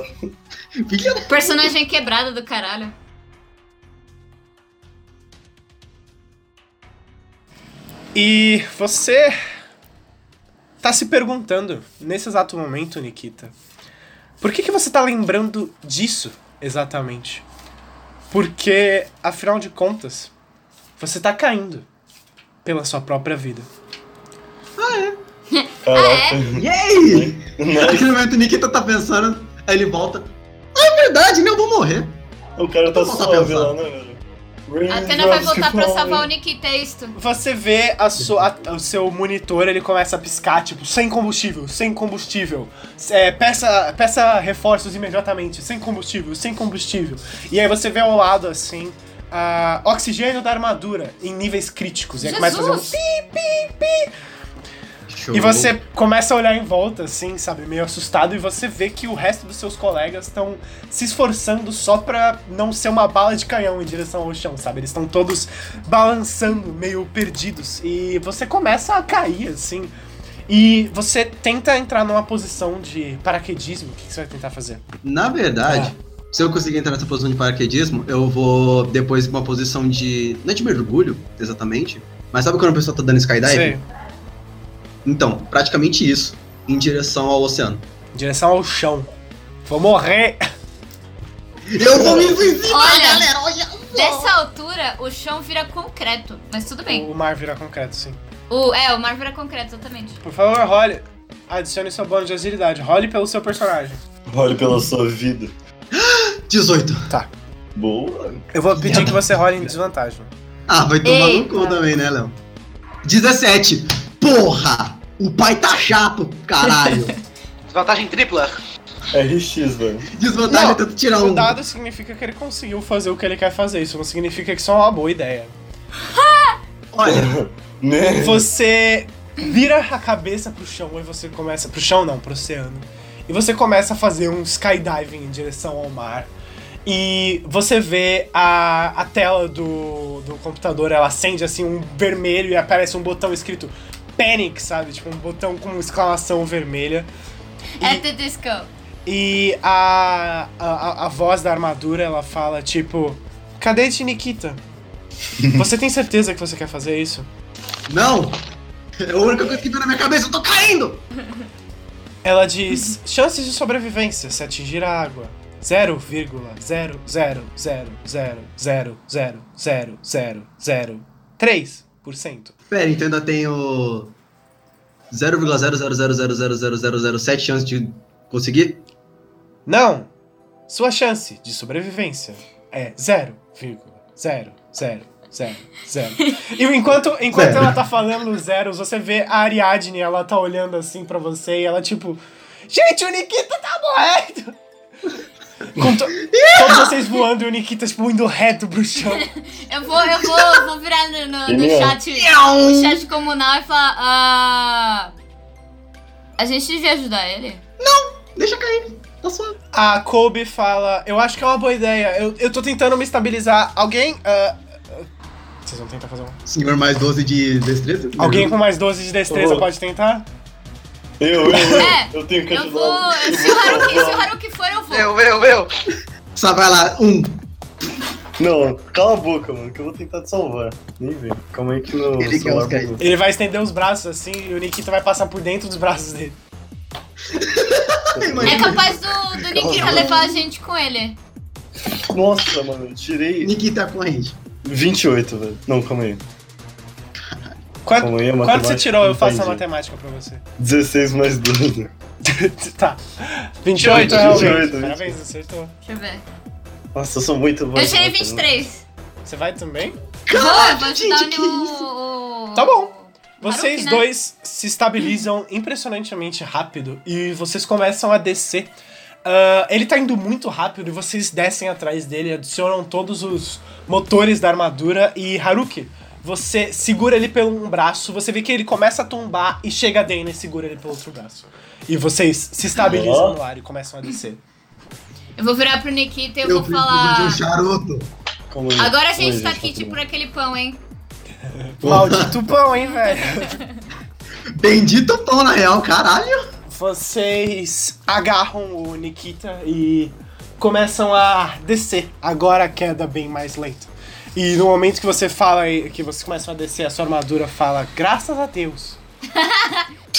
Speaker 3: Fica
Speaker 4: Personagem quebrada do caralho.
Speaker 2: E você tá se perguntando, nesse exato momento, Nikita, por que, que você tá lembrando disso exatamente? Porque, afinal de contas, você tá caindo pela sua própria vida.
Speaker 5: Caraca.
Speaker 4: Ah,
Speaker 3: Yay!
Speaker 4: é?
Speaker 5: [LAUGHS] Né?
Speaker 3: Naquele momento o Nikita tá pensando, aí ele volta. Ah, é verdade, né? Eu vou morrer.
Speaker 5: O cara tá
Speaker 3: Vamos voltar
Speaker 5: suave
Speaker 3: a pensar.
Speaker 5: lá, né, velho?
Speaker 2: Hum,
Speaker 4: A Atena vai voltar pra salvar o Nikita, é isto.
Speaker 2: Você vê a sua- a- o seu monitor, ele começa a piscar, tipo, sem combustível, sem combustível. É, peça, peça reforços imediatamente, sem combustível, sem combustível. E aí você vê ao lado, assim, a oxigênio da armadura em níveis críticos. E aí começa a fazer um
Speaker 4: Jesus!
Speaker 2: pi, pi, pi.
Speaker 3: Então
Speaker 2: E você começa a olhar em volta, assim, sabe, meio assustado, e você vê que o resto dos seus colegas estão se esforçando só pra não ser uma bala de canhão em direção ao chão, sabe? Eles estão todos balançando, meio perdidos. E você começa a cair, assim. E você tenta entrar numa posição de paraquedismo. O que que você vai tentar fazer?
Speaker 3: Na verdade, se eu conseguir entrar nessa posição de paraquedismo, eu vou depois pra uma posição de. Não é de mergulho, exatamente. Mas sabe quando a pessoa tá dando skydive?
Speaker 2: Sei.
Speaker 3: Então, praticamente isso. Em direção ao oceano.
Speaker 2: Em direção ao chão. Vou morrer!
Speaker 3: Eu vou me [LAUGHS] invisível,
Speaker 4: Olha,
Speaker 3: galera! Olha!
Speaker 4: Dessa altura, o chão vira concreto. Mas tudo bem.
Speaker 2: O mar vira concreto, sim. Oh.
Speaker 4: O, é, o mar vira concreto, exatamente.
Speaker 2: Por favor, role. Adicione seu bônus de agilidade. Role pelo seu personagem.
Speaker 5: Olhe pela sua vida.
Speaker 3: 18.
Speaker 5: Boa.
Speaker 2: Eu vou pedir que você role em desvantagem.
Speaker 3: Ah, vai tomar no
Speaker 4: Eita.
Speaker 3: cu também, né, Léo? 17. Porra! O pai tá chato, [LAUGHS] caralho.
Speaker 6: Desvantagem tripla.
Speaker 5: RX, velho.
Speaker 3: Desvantagem,
Speaker 2: Não,
Speaker 3: eu tento tirar
Speaker 2: O
Speaker 3: um.
Speaker 2: dado significa que ele conseguiu fazer o que ele quer fazer. Isso não significa que isso é uma boa ideia.
Speaker 3: Olha,
Speaker 5: Né?
Speaker 2: Você vira a cabeça pro chão e você começa. Pro chão não, pro oceano. E você começa a fazer um skydiving em direção ao mar. E você vê a, a tela do, do computador, ela acende assim um vermelho e aparece um botão escrito Panic, sabe? Tipo um botão com exclamação vermelha.
Speaker 4: É the disco.
Speaker 2: E a, a, a- a voz da armadura, ela fala tipo: Cadete Nikita, você tem certeza que você quer fazer isso?
Speaker 3: não! É a única coisa que veio na minha cabeça, eu tô caindo!
Speaker 2: Ela diz: Chances de sobrevivência se atingir a água. 0,00000000003%.
Speaker 3: Pera, então ainda tenho. 0,0000007 chances de conseguir?
Speaker 2: Não! Sua chance de sobrevivência é 0,0000. E enquanto, enquanto
Speaker 3: Zero.
Speaker 2: ela tá falando os zeros, você vê a Ariadne, ela tá olhando assim pra você e ela tipo. Gente, o Nikita tá morrendo! Com to- todos vocês voando e o Nikita, tipo, indo reto pro chão.
Speaker 4: Eu vou, eu vou, eu vou virar no, no- no
Speaker 5: Entendeu?
Speaker 4: chat. No chat comunal e falar. Ah. A gente devia ajudar ele.
Speaker 3: Deixa cair, tá suave.
Speaker 2: A Kobe fala: Eu acho que é uma boa ideia. Eu, eu tô tentando me estabilizar. Alguém. ah, ah, vocês vão tentar fazer um.
Speaker 3: Senhor mais 12 de destreza?
Speaker 2: Alguém com mais 12 de destreza
Speaker 5: Uhum.
Speaker 2: pode tentar?
Speaker 5: Eu, eu, eu.
Speaker 4: É,
Speaker 5: eu tenho que
Speaker 4: Eu
Speaker 5: ajudar.
Speaker 4: vou. Se o Haruki, se o Haruki for, eu vou.
Speaker 3: É,
Speaker 6: Meu, meu, meu.
Speaker 3: Só vai lá, um.
Speaker 5: Não, cala a boca, mano, que eu vou tentar te salvar. Nem vê. Calma aí que meu
Speaker 3: Ele quer
Speaker 5: celular
Speaker 3: os caras.
Speaker 5: bugou.
Speaker 2: Ele vai estender os braços assim e o Nikita vai passar por dentro dos braços dele.
Speaker 4: É capaz do, do Nikita levar a gente com ele.
Speaker 5: Nossa, mano, eu tirei
Speaker 3: Nikita tá com a gente.
Speaker 5: 28, velho. Não, calma aí.
Speaker 2: Quanto,
Speaker 5: Calma aí, a
Speaker 2: quanto você
Speaker 5: matemática
Speaker 2: tirou?
Speaker 5: não
Speaker 2: Eu faço a
Speaker 5: entendi.
Speaker 2: matemática pra você. [LAUGHS]
Speaker 5: 16 mais 12.
Speaker 2: tá. 28
Speaker 3: 28,
Speaker 2: realmente.
Speaker 5: 28.
Speaker 2: Parabéns, acertou.
Speaker 4: Deixa eu ver.
Speaker 5: Nossa, eu sou muito bom.
Speaker 4: Eu tirei 23.
Speaker 2: Você vai também?
Speaker 4: Boa, vou ajudar
Speaker 3: gente,
Speaker 4: o
Speaker 3: que isso?
Speaker 4: meu.
Speaker 2: Tá bom.
Speaker 4: Haruki,
Speaker 2: Vocês
Speaker 4: né?
Speaker 2: dois se estabilizam impressionantemente rápido e vocês começam a descer. Ah, ele tá indo muito rápido e vocês descem atrás dele, adicionam todos os motores da armadura e Haruki. Você segura ele pelo um braço, você vê que ele começa a tombar e chega a Dana e segura ele pelo outro braço. E vocês se estabilizam
Speaker 5: Ó.
Speaker 2: no ar e começam a descer.
Speaker 4: Eu vou virar pro Nikita e eu,
Speaker 3: Eu
Speaker 4: vou
Speaker 3: preciso de um
Speaker 4: falar.
Speaker 3: charuto.
Speaker 5: Calma aí,
Speaker 4: Agora a
Speaker 5: calma aí,
Speaker 2: é,
Speaker 4: gente tá
Speaker 5: calma
Speaker 4: aqui
Speaker 5: aí.
Speaker 2: um."
Speaker 4: tipo aquele pão, hein?
Speaker 2: Maldito pão, hein, velho?
Speaker 3: Bendito pão, na real, caralho.
Speaker 2: Vocês agarram o Nikita e começam a descer. Agora a queda é bem mais lenta. E no momento que você fala e- que vocês começam a descer, a sua armadura fala, graças a Deus.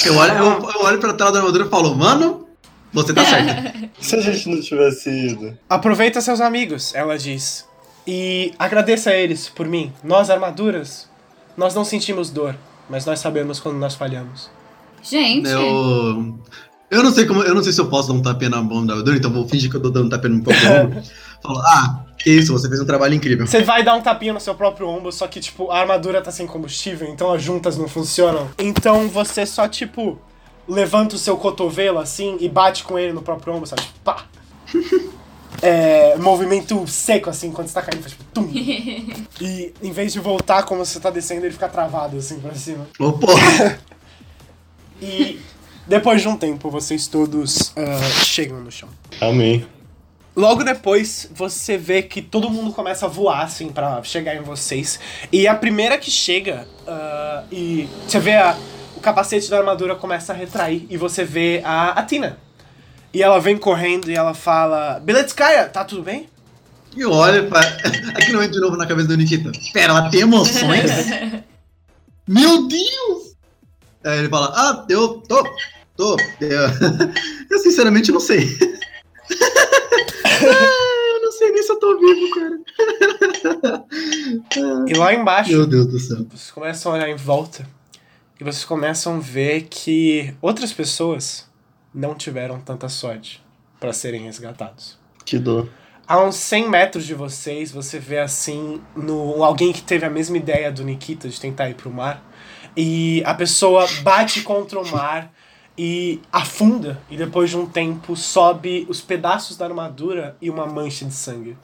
Speaker 3: Eu olho, eu, eu olho pra trás da armadura e falo, mano, você
Speaker 4: É,
Speaker 3: tá
Speaker 4: [LAUGHS]
Speaker 3: certo.
Speaker 5: Se a gente não tivesse ido.
Speaker 2: Aproveita seus amigos, ela diz. E agradeça a eles por mim. Nós, armaduras, nós não sentimos dor, mas nós sabemos quando nós falhamos.
Speaker 4: Gente.
Speaker 3: eu. Eu não sei como. Eu não sei se eu posso dar um tapinha na mão da armadura, então vou fingir que eu tô dando um tapinha no próprio [LAUGHS] ombro. Falo, ah, que isso, você fez um trabalho incrível.
Speaker 2: Você vai dar um tapinha no seu próprio ombro, só que, tipo, a armadura tá sem combustível, então as juntas não funcionam. Então você só, tipo, levanta o seu cotovelo assim e bate com ele no próprio ombro, sabe? Tipo, pá! É, movimento seco, assim, quando você tá caindo, faz tipo, tum! E em vez de voltar como você tá descendo, ele fica travado, assim, pra cima.
Speaker 3: Ô, porra.
Speaker 2: E depois de um tempo, vocês todos ah, chegam no chão.
Speaker 5: Amém.
Speaker 2: Logo depois, você vê que todo mundo começa a voar, assim, pra chegar em vocês. E a primeira que chega, ah, e você vê a- o capacete da armadura começa a retrair, e você vê a, a Tina. E ela vem correndo e ela fala: Beletskaya, tá tudo bem?
Speaker 3: E eu olho pra. [LAUGHS] Aqui não entra de novo na cabeça do Nikita. Pera, ela tem
Speaker 2: [LAUGHS]
Speaker 3: emoções? Meu Deus! Aí ele fala, ah, eu tô. Tô. Eu, [LAUGHS] eu sinceramente não sei. [LAUGHS] ah, eu não sei nem se eu tô vivo, cara.
Speaker 2: E lá embaixo,
Speaker 3: Meu Deus do céu.
Speaker 2: Vocês começam a olhar em volta e vocês começam a ver que outras pessoas não tiveram tanta sorte para serem resgatados.
Speaker 5: Que dor.
Speaker 2: A uns 100 metros de vocês, você vê assim no alguém que teve a mesma ideia do Nikita de tentar ir pro mar e a pessoa bate contra o mar e afunda e depois de um tempo sobe os pedaços da armadura e uma mancha de sangue.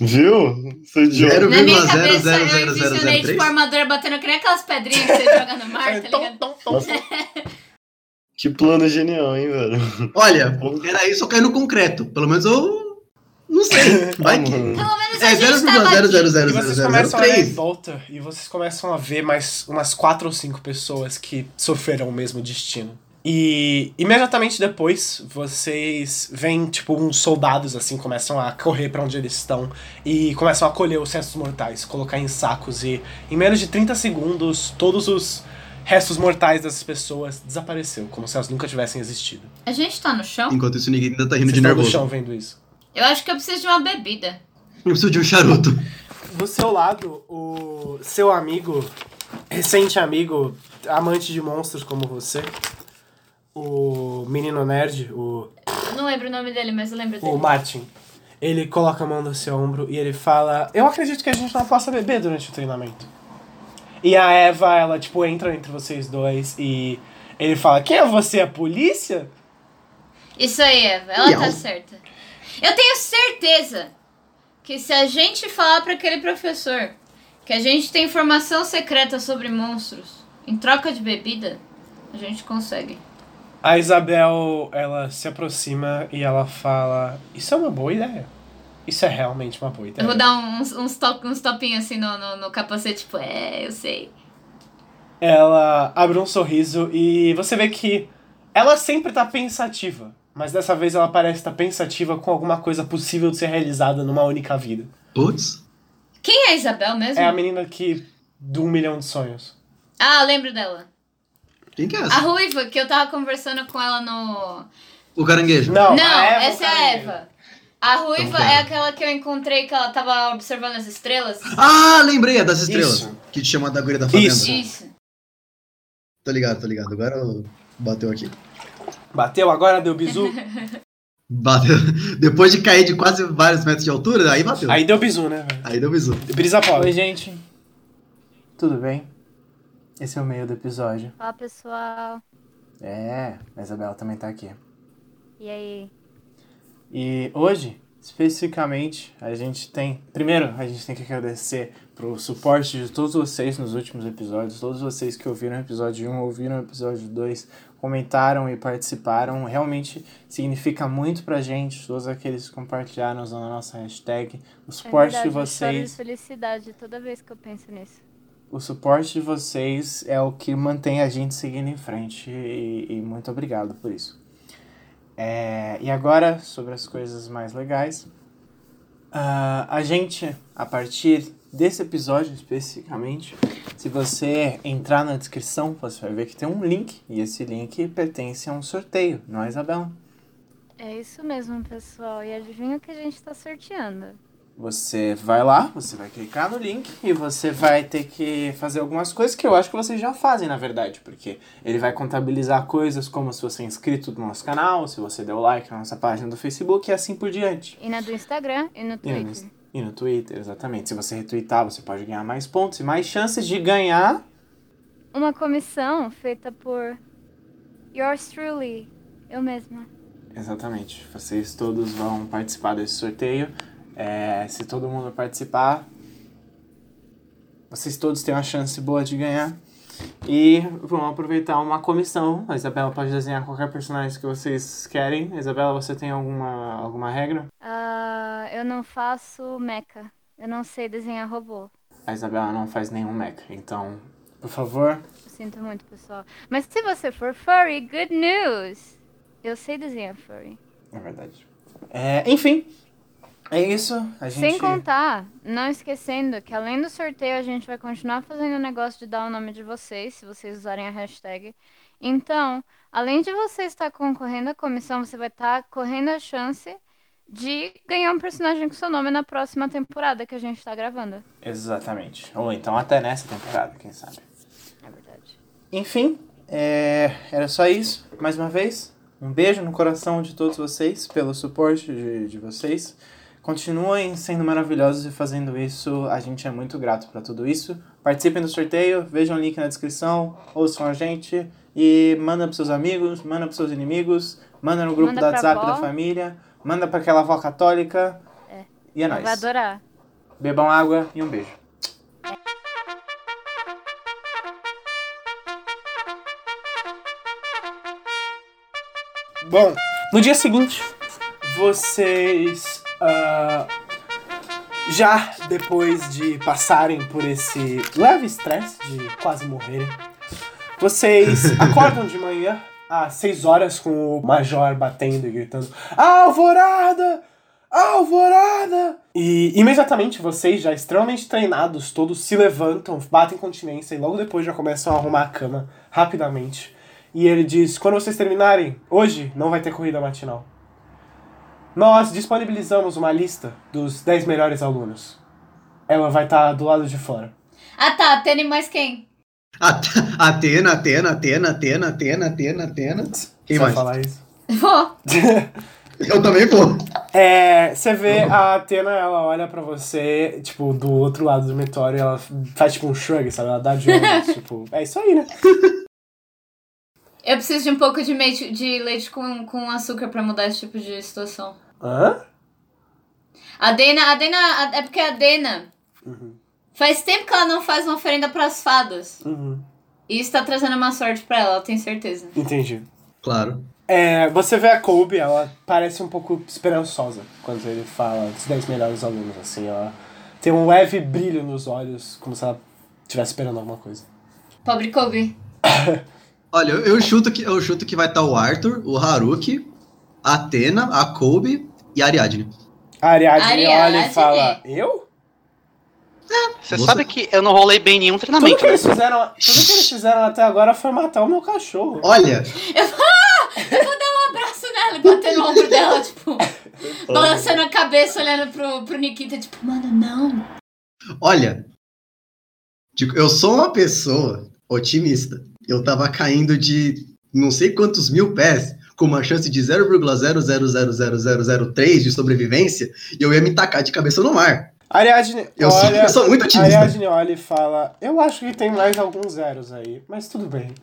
Speaker 5: Viu? Sou idiota.
Speaker 3: Zero.
Speaker 4: Na minha
Speaker 3: 0,000003?
Speaker 4: cabeça eu envisionei tipo a armadura batendo que nem aquelas pedrinhas que você [LAUGHS] joga no mar, tá
Speaker 2: Tom,
Speaker 4: ligado?
Speaker 2: tom, tom.
Speaker 4: [LAUGHS]
Speaker 5: Nossa. Que plano genial, hein, velho?
Speaker 3: Olha, era isso, eu caí no concreto. Pelo menos eu.
Speaker 2: [LAUGHS]
Speaker 3: Não sei. Vai que.
Speaker 5: Mano,
Speaker 4: Pelo menos a
Speaker 3: É
Speaker 4: gente tava aqui.
Speaker 2: E vocês começam a olhar em
Speaker 3: 0,0000003.
Speaker 2: volta e vocês começam a ver mais umas quatro ou cinco pessoas que sofreram o mesmo destino. E imediatamente depois, vocês veem, tipo, uns soldados, assim, começam a correr pra onde eles estão e começam a colher os restos mortais, colocar em sacos e, em menos de 30 segundos, todos os restos mortais dessas pessoas desapareceram, como se elas nunca tivessem existido.
Speaker 4: A gente tá no chão?
Speaker 3: Enquanto isso, ninguém ainda tá rindo
Speaker 2: Vocês
Speaker 3: de
Speaker 2: estão no
Speaker 3: nervoso.
Speaker 2: chão vendo isso.
Speaker 4: Eu acho que eu preciso de uma bebida.
Speaker 3: Eu preciso de um charuto.
Speaker 7: Do seu lado, o seu amigo, recente amigo, amante de monstros como você, o menino nerd, o,
Speaker 4: Eu Não lembro o nome dele, mas eu lembro
Speaker 7: o
Speaker 4: dele.
Speaker 7: Martin, ele coloca a mão no seu ombro e ele fala: Eu acredito que a gente não possa beber durante o treinamento.
Speaker 2: E a Eva, ela, tipo, entra entre vocês dois e ele fala: Quem é você? A polícia?
Speaker 4: Isso aí, Eva. Ela tá
Speaker 3: Miau.
Speaker 4: certa. Eu tenho certeza que se a gente falar pra aquele professor que a gente tem informação secreta sobre monstros em troca de bebida, a gente consegue.
Speaker 2: A Isabel, ela se aproxima e ela fala: Isso é uma boa ideia. Isso é realmente uma boa ideia.
Speaker 4: Eu vou dar uns, uns, to- uns topinhos assim no, no, no capacete, tipo, é, eu sei.
Speaker 2: Ela abre um sorriso e você vê que ela sempre tá pensativa. Mas dessa vez ela parece estar pensativa com alguma coisa possível de ser realizada numa única vida.
Speaker 3: Putz.
Speaker 4: Quem é a Isabel mesmo?
Speaker 2: É a menina que. do Um Milhão de Sonhos.
Speaker 4: Ah, eu lembro dela.
Speaker 3: Quem que é
Speaker 4: A
Speaker 3: essa?
Speaker 4: ruiva, que eu tava conversando com ela no,
Speaker 3: O caranguejo.
Speaker 2: Não, a
Speaker 4: Não,
Speaker 2: Eva
Speaker 4: essa é
Speaker 2: tá
Speaker 4: a
Speaker 2: ali.
Speaker 4: Eva. A ruiva
Speaker 3: Então tá.
Speaker 4: é aquela que eu encontrei que ela tava observando as estrelas.
Speaker 3: Ah, lembrei, é das estrelas.
Speaker 2: Isso.
Speaker 3: Que te chama da guria da fazenda.
Speaker 2: Isso.
Speaker 4: Isso.
Speaker 3: Tô ligado, tô ligado. Agora eu- bateu aqui.
Speaker 2: Bateu, agora deu
Speaker 4: [LAUGHS]
Speaker 2: bizu.
Speaker 3: Bateu. [LAUGHS] Depois de cair de quase vários metros de altura, aí bateu. Aí,
Speaker 2: Aí deu bizu, né, velho?
Speaker 3: deu bizu.
Speaker 2: Brisa pobre.
Speaker 8: Oi, gente. Tudo bem? Esse é o meio do episódio.
Speaker 9: Olá, pessoal.
Speaker 8: É, a Isabela também tá aqui.
Speaker 9: E aí?
Speaker 8: E hoje
Speaker 2: Especificamente, a gente tem. Primeiro, a gente tem que agradecer pro suporte de todos vocês nos últimos episódios. Todos vocês que ouviram o episódio 1, ouviram o episódio 2, comentaram e participaram. Realmente significa muito pra gente. Todos aqueles que compartilharam usando a nossa hashtag. O suporte
Speaker 9: É verdade, tá
Speaker 2: de
Speaker 9: eu choro
Speaker 2: vocês.
Speaker 9: de felicidade toda vez que eu penso nisso.
Speaker 2: O suporte de vocês é o que mantém a gente seguindo em frente e, e muito obrigado por isso. É, e agora, sobre as coisas mais legais. Ah, a gente, a partir desse episódio especificamente, se você entrar na descrição, você vai ver que tem um link e esse link pertence a um sorteio, não é, Isabela?
Speaker 9: É isso mesmo, pessoal. E adivinha o que a gente tá sorteando?
Speaker 2: Você vai lá, você vai clicar no link e você vai ter que fazer algumas coisas que eu acho que vocês já fazem, na verdade, porque ele vai contabilizar coisas como se você é inscrito no nosso canal, se você deu like na nossa página do Facebook e assim por diante.
Speaker 9: E na do Instagram e
Speaker 2: E
Speaker 9: no
Speaker 2: no,
Speaker 9: Twitter.
Speaker 2: e no Twitter, exatamente. Se você retweetar, você pode ganhar mais pontos e mais chances de ganhar.
Speaker 9: Uma comissão feita por yours truly, eu mesma.
Speaker 2: Exatamente. Vocês todos vão participar desse sorteio. É, se todo mundo participar, vocês todos têm uma chance boa de ganhar. E vão aproveitar uma comissão. A Isabela pode desenhar qualquer personagem que vocês querem. Isabela, você tem alguma, alguma regra?
Speaker 9: Ah, eu não faço meca. Eu não sei desenhar robô.
Speaker 2: A Isabela não faz nenhum mecha. Então, por favor,
Speaker 9: Eu sinto muito, pessoal. Mas se você for furry, good news! Eu sei desenhar furry.
Speaker 2: É verdade. É, enfim, é isso. A gente...
Speaker 9: Sem contar, não esquecendo que além do sorteio, a gente vai continuar fazendo o negócio de dar o nome de vocês, se vocês usarem a hashtag. Então, além de você estar concorrendo à comissão, você vai estar correndo a chance de ganhar um personagem com seu nome na próxima temporada que a gente tá gravando.
Speaker 2: Exatamente. Ou então até nessa temporada, quem sabe.
Speaker 9: É verdade.
Speaker 2: Enfim, é, era só isso. Mais uma vez, um beijo no coração de todos vocês pelo suporte de, de vocês. Continuem sendo maravilhosos e fazendo isso. A gente é muito grato para tudo isso. Participem do sorteio, vejam o link na descrição, ouçam a gente e manda para seus amigos, manda para seus inimigos, manda no grupo
Speaker 9: Manda
Speaker 2: do
Speaker 9: pra
Speaker 2: WhatsApp
Speaker 9: avó.
Speaker 2: da família, manda para aquela avó católica.
Speaker 9: É.
Speaker 2: E é
Speaker 9: Ela Vai
Speaker 2: nóis.
Speaker 9: adorar.
Speaker 2: Bebam água e um beijo. Bom, no dia seguinte,
Speaker 10: Vocês. ah, já depois de passarem por esse leve estresse de quase morrerem, vocês acordam de manhã às 6 horas com o Major batendo e gritando: Alvorada! Alvorada! E imediatamente vocês, já extremamente treinados, todos se levantam, batem continência e logo depois já começam a arrumar a cama rapidamente. E ele diz: Quando vocês terminarem, hoje não vai ter corrida matinal. Nós disponibilizamos uma lista dos 10 melhores alunos. Ela vai estar do lado de fora.
Speaker 4: Ah tá, Tênis mais quem?
Speaker 3: At- Atena, Atena, Atena, Atena, Atena, Atena, Atena. Quem
Speaker 10: Você vai
Speaker 3: mais?
Speaker 10: falar isso?
Speaker 4: Vou.
Speaker 3: Eu também vou.
Speaker 10: É, você vê a Atena, ela olha pra você, tipo, do outro lado do meteoro e ela faz tipo um shrug, sabe? Ela dá de ombro, [LAUGHS] tipo, é isso aí, né?
Speaker 4: Eu preciso de um pouco de, mei- de leite com, com açúcar pra mudar esse tipo de situação.
Speaker 10: Hã?
Speaker 4: A Dena, a Dena, a- é porque a Dena
Speaker 10: Uhum.
Speaker 4: faz tempo que ela não faz uma oferenda pras fadas.
Speaker 10: Uhum.
Speaker 4: E isso tá trazendo uma sorte pra ela, eu tenho certeza.
Speaker 10: Entendi.
Speaker 3: Claro.
Speaker 10: É, você vê a Kobe, ela parece um pouco esperançosa quando ele fala dos 10 melhores alunos, assim, ela tem um leve brilho nos olhos, como se ela estivesse esperando alguma coisa.
Speaker 4: Pobre Kobe.
Speaker 3: Olha, eu, eu chuto que eu chuto que vai estar o Arthur, o Haruki, a Atena, a Kobe e a Ariadne.
Speaker 10: A Ariadne, olha e
Speaker 4: Ariadne.
Speaker 10: fala, eu?
Speaker 6: Você
Speaker 3: Você-
Speaker 6: sabe que eu não rolei bem nenhum
Speaker 10: Tudo
Speaker 6: treinamento,
Speaker 10: que,
Speaker 6: né?
Speaker 10: eles fizeram, tudo que eles fizeram até agora foi matar o meu cachorro.
Speaker 3: Olha,
Speaker 4: Um abraço nela e bater no ombro dela, tipo, balançando a cabeça, olhando pro, pro Nikita, tipo, mano, não.
Speaker 3: olha. Digo, Eu sou uma pessoa otimista. Eu tava caindo de não sei quantos mil pés com uma chance de 0,000003 de sobrevivência e eu ia me tacar de cabeça no mar.
Speaker 10: Ariadne
Speaker 3: Eu sou uma
Speaker 10: olha,
Speaker 3: pessoa muito otimista.
Speaker 10: Ariadne olha e fala, eu acho que tem mais alguns zeros aí, mas tudo bem.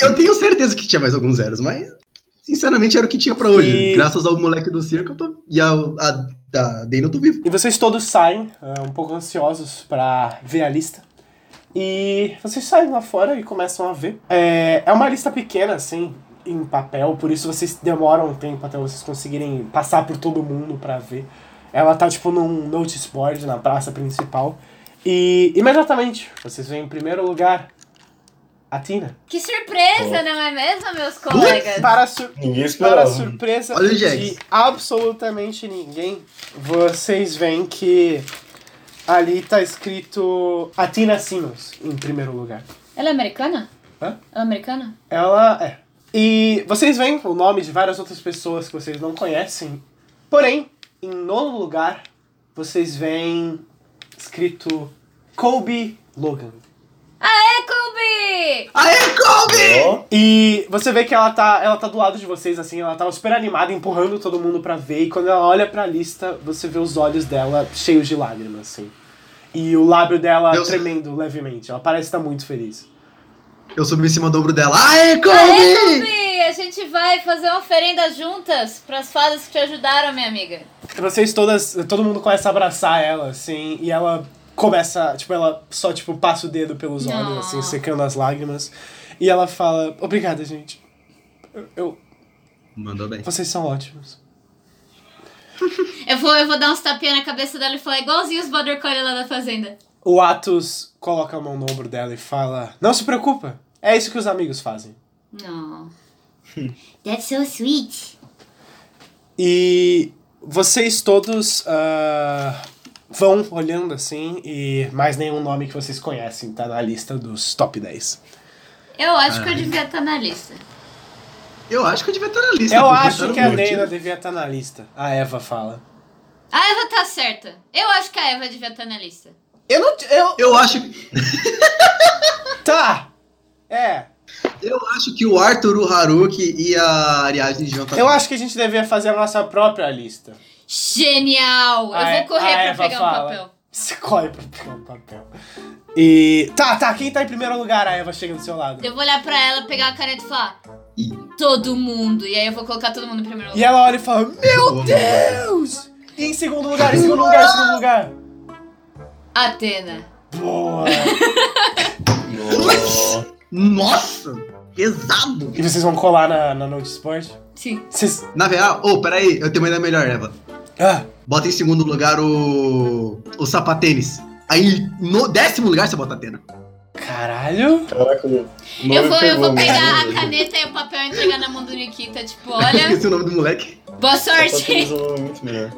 Speaker 3: Eu tenho certeza que tinha mais alguns zeros, mas Sinceramente, era o que tinha pra hoje.
Speaker 11: E-
Speaker 3: Graças ao moleque do circo, eu tô... e a, a, da Dana, eu tô vivo.
Speaker 11: E vocês todos saem, ah, um pouco ansiosos pra ver a lista. E vocês saem lá fora e começam a ver. É, é uma lista pequena, assim, em papel, por isso vocês demoram um tempo até vocês conseguirem passar por todo mundo pra ver. Ela tá, tipo, num notice board na praça principal. E imediatamente vocês veem em primeiro lugar a Tina.
Speaker 4: Que surpresa, não é mesmo, meus colegas?
Speaker 2: Para a sur-
Speaker 5: Ninguém
Speaker 2: Para a
Speaker 5: esperava.
Speaker 2: surpresa
Speaker 3: Olha o
Speaker 2: de
Speaker 3: Jax.
Speaker 2: absolutamente ninguém, vocês veem que ali tá escrito Atina Sinos em primeiro lugar.
Speaker 4: Ela é americana?
Speaker 2: Hã?
Speaker 4: Ela é americana?
Speaker 2: Ela é. E vocês veem o nome de várias outras pessoas que vocês não conhecem. Porém, em nono lugar, vocês veem escrito Kobe Logan.
Speaker 4: É, Kobe!
Speaker 5: Ó,
Speaker 2: E você vê que ela tá, ela tá do lado de vocês, assim, ela tá super animada, empurrando todo mundo pra ver. E quando ela olha pra lista, você vê os olhos dela cheios de lágrimas, assim. E o lábio dela
Speaker 3: Deus.
Speaker 2: tremendo levemente. Ela parece estar muito feliz.
Speaker 3: Eu subi em cima do ombro dela. Aê,
Speaker 4: Aê,
Speaker 3: Kobe!
Speaker 4: Kobe! A gente vai fazer uma oferenda juntas pras fadas que te ajudaram, minha amiga.
Speaker 2: E vocês todas, todo mundo começa a abraçar ela, assim, e ela começa, tipo, ela só, tipo, passa o dedo pelos olhos, assim,
Speaker 4: Nossa.
Speaker 2: secando as lágrimas. E ela fala, obrigada, gente. Eu- eu,
Speaker 3: Mandou bem.
Speaker 2: vocês são ótimos.
Speaker 4: Eu vou, eu vou dar uns tapinhas na cabeça dela e falar igualzinho os Badorcolha lá da fazenda.
Speaker 2: O Atos coloca a mão no ombro dela e fala: Não se preocupa, é isso que os amigos fazem. [LAUGHS]
Speaker 4: Não. That's so sweet.
Speaker 2: E vocês todos ah, vão olhando assim, e mais nenhum nome que vocês conhecem tá na lista dos top 10.
Speaker 4: Eu acho
Speaker 2: Ah.
Speaker 4: que eu devia estar na lista.
Speaker 3: Eu acho que eu devia estar na lista.
Speaker 2: Eu
Speaker 3: porque
Speaker 2: acho
Speaker 3: botaram
Speaker 2: que é a
Speaker 3: um monte.
Speaker 2: Neina devia estar na lista, a Eva fala.
Speaker 4: A Eva tá certa. Eu acho que a Eva devia estar na lista.
Speaker 2: Eu não. t- Eu,
Speaker 3: Eu acho,
Speaker 2: tá! É,
Speaker 3: eu acho que o Arthur, o Haruki e a Ariadne deviam estar
Speaker 2: eu acho que a gente devia fazer a nossa própria lista.
Speaker 4: Genial!
Speaker 2: A
Speaker 4: eu
Speaker 2: E-
Speaker 4: vou correr
Speaker 2: a
Speaker 4: pra
Speaker 2: Eva
Speaker 4: pegar
Speaker 2: fala.
Speaker 4: um papel.
Speaker 2: Você corre pra pegar o papel. E. Tá, tá, quem tá em primeiro lugar? A Eva chega do seu lado.
Speaker 4: Eu vou olhar pra ela, pegar a caneta e falar:
Speaker 3: Ih.
Speaker 4: Todo mundo. E aí eu vou colocar todo mundo em primeiro
Speaker 2: E
Speaker 4: lugar.
Speaker 2: ela olha e fala: Meu
Speaker 3: Meu
Speaker 2: Deus! E em segundo lugar, em segundo lugar, em segundo lugar.
Speaker 4: Atena.
Speaker 2: Boa!
Speaker 5: ó.
Speaker 3: Nossa! Pesado!
Speaker 2: E vocês vão colar na, na Noite Sport?
Speaker 4: Sim.
Speaker 2: Vocês.
Speaker 3: Na real, ô, peraí, eu tenho uma ideia melhor, Eva.
Speaker 2: Ah,
Speaker 3: Bota em segundo lugar o. o sapatênis. Aí, no décimo lugar, você bota a Atena.
Speaker 2: caralho!
Speaker 5: Caraca, meu.
Speaker 4: eu vou, eu vou pegar a
Speaker 5: caneta.
Speaker 4: caneta e o papel e entregar na mão do Nikita. Tipo,
Speaker 3: [LAUGHS] Eu
Speaker 4: olha,
Speaker 3: Esqueci é o nome do moleque.
Speaker 4: boa
Speaker 5: [LAUGHS]
Speaker 4: sorte.
Speaker 5: é muito melhor.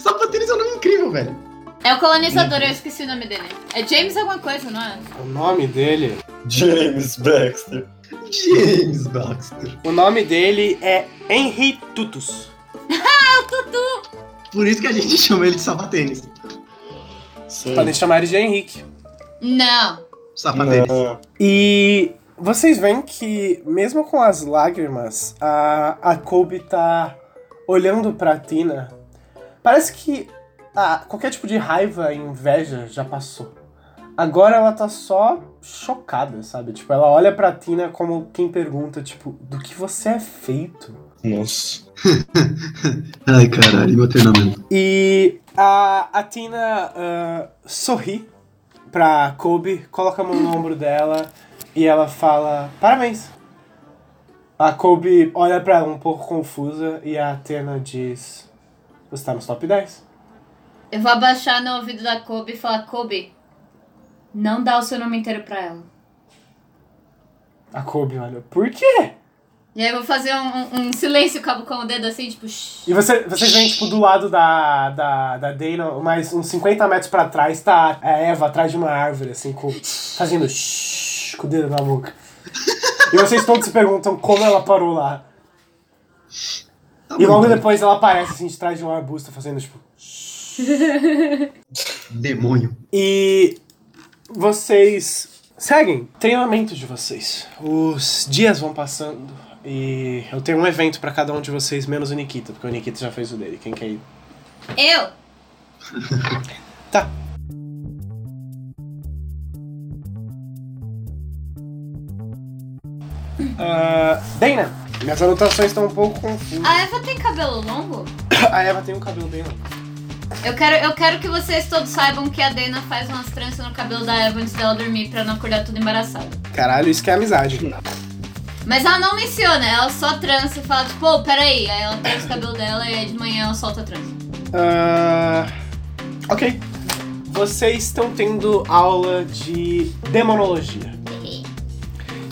Speaker 3: Sapatênis é um nome incrível, velho.
Speaker 4: É o colonizador, eu esqueci o nome dele. É James alguma coisa, não é?
Speaker 11: O nome dele.
Speaker 5: James Baxter.
Speaker 3: James Baxter.
Speaker 11: O nome dele é Henry Tutus.
Speaker 3: Por isso que a gente [LAUGHS] chama ele de sapatênis.
Speaker 5: Sim.
Speaker 2: Podem chamar ele de Henrique.
Speaker 4: Não.
Speaker 3: Sapatênis.
Speaker 5: Não.
Speaker 2: E vocês veem que, mesmo com as lágrimas, a, a Kobe tá olhando pra Tina. Parece que ah, qualquer tipo de raiva e inveja já passou. Agora ela tá só chocada, sabe? Tipo, ela olha pra Tina como quem pergunta, tipo, do que você é feito?
Speaker 5: Nossa.
Speaker 3: Ai, caralho, meu treinamento.
Speaker 2: E a, a Tina ah, sorri pra Kobe, coloca a mão no ombro dela e ela fala: Parabéns. A Kobe olha pra ela um pouco confusa e a Athena diz: Você tá nos top 10.
Speaker 4: Eu vou abaixar no ouvido da Kobe e falar: Kobe, não dá o seu nome inteiro pra ela.
Speaker 2: A Kobe olha: Por quê?
Speaker 4: E aí eu vou fazer um, um- um silêncio com a- com o dedo assim, tipo, shh.
Speaker 2: E você, vocês veem, tipo, do lado da, da, da Dana, mais uns 50 metros pra trás, tá a Eva atrás de uma árvore, assim, com, fazendo shhh, com o dedo na boca. E vocês todos se perguntam como ela parou lá.
Speaker 3: Tá
Speaker 2: E
Speaker 3: bom,
Speaker 2: logo
Speaker 3: velho.
Speaker 2: depois ela aparece assim de trás de um arbusto fazendo tipo.
Speaker 3: Demônio.
Speaker 2: E vocês seguem treinamento de vocês. Os dias vão passando e eu tenho um evento pra cada um de vocês, menos o Nikita, porque o Nikita já fez o dele. Quem quer ir?
Speaker 4: Eu?
Speaker 2: Tá. Ah, Dana, Minhas anotações estão um pouco confusas. [LAUGHS]
Speaker 4: A Eva tem cabelo longo?
Speaker 2: A Eva tem um cabelo bem longo.
Speaker 4: Eu quero, eu quero que vocês todos saibam que a Dana faz umas tranças no cabelo da Eva antes dela dormir pra não acordar toda embaraçada.
Speaker 2: Caralho, isso que é amizade.
Speaker 4: Mas ela não menciona, ela só trança e fala, tipo, pô, peraí. Aí ela trança o cabelo dela e aí de manhã ela solta a trança.
Speaker 2: Ah, ok. Vocês estão tendo aula de demonologia.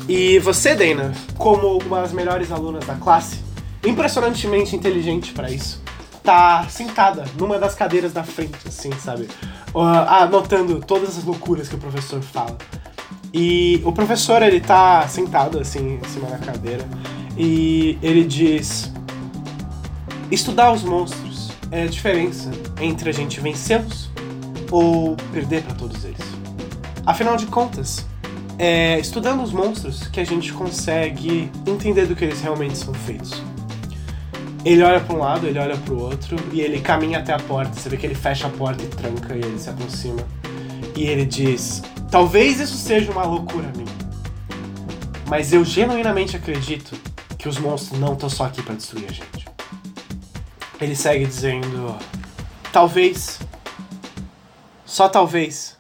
Speaker 2: E você, Dana, como uma das melhores alunas da classe, impressionantemente inteligente pra isso, tá sentada numa das cadeiras da frente, assim, sabe? Ah, anotando todas as loucuras que o professor fala. E o professor, ele tá sentado, assim, em cima da cadeira, e ele diz: Estudar os monstros é a diferença entre a gente vencê-los ou perder pra todos eles. Afinal de contas, é estudando os monstros que a gente consegue entender do que eles realmente são feitos. Ele olha pra um lado, ele olha pro outro e ele caminha até a porta. Você vê que ele fecha a porta e tranca e ele se aproxima. E ele diz: Talvez isso seja uma loucura minha, mas eu genuinamente acredito que os monstros não estão só aqui pra destruir a gente. Ele segue dizendo: Talvez, só talvez,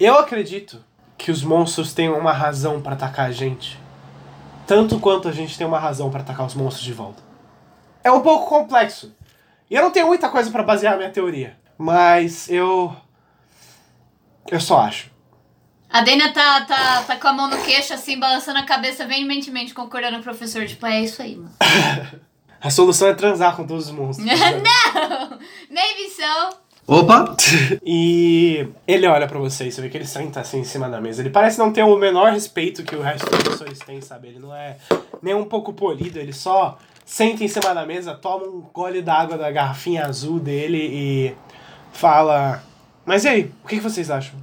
Speaker 2: eu acredito que os monstros tenham uma razão pra atacar a gente, tanto quanto a gente tem uma razão pra atacar os monstros de volta. É um pouco complexo. E eu não tenho muita coisa pra basear minha teoria, mas eu eu só acho.
Speaker 4: A Dana tá, tá, tá com a mão no queixo, assim, balançando a cabeça veementemente, concordando com o professor, tipo, é isso aí, mano. [LAUGHS]
Speaker 2: A solução é transar com todos os monstros. né?
Speaker 4: não! Maybe so.
Speaker 3: Opa!
Speaker 2: E ele olha pra vocês, você vê que ele senta assim em cima da mesa. Ele parece não ter o menor respeito que o resto dos professores tem, sabe? Ele não é nem um pouco polido, ele só senta em cima da mesa, toma um gole d'água da garrafinha azul dele e fala: Mas e aí, o que que vocês acham?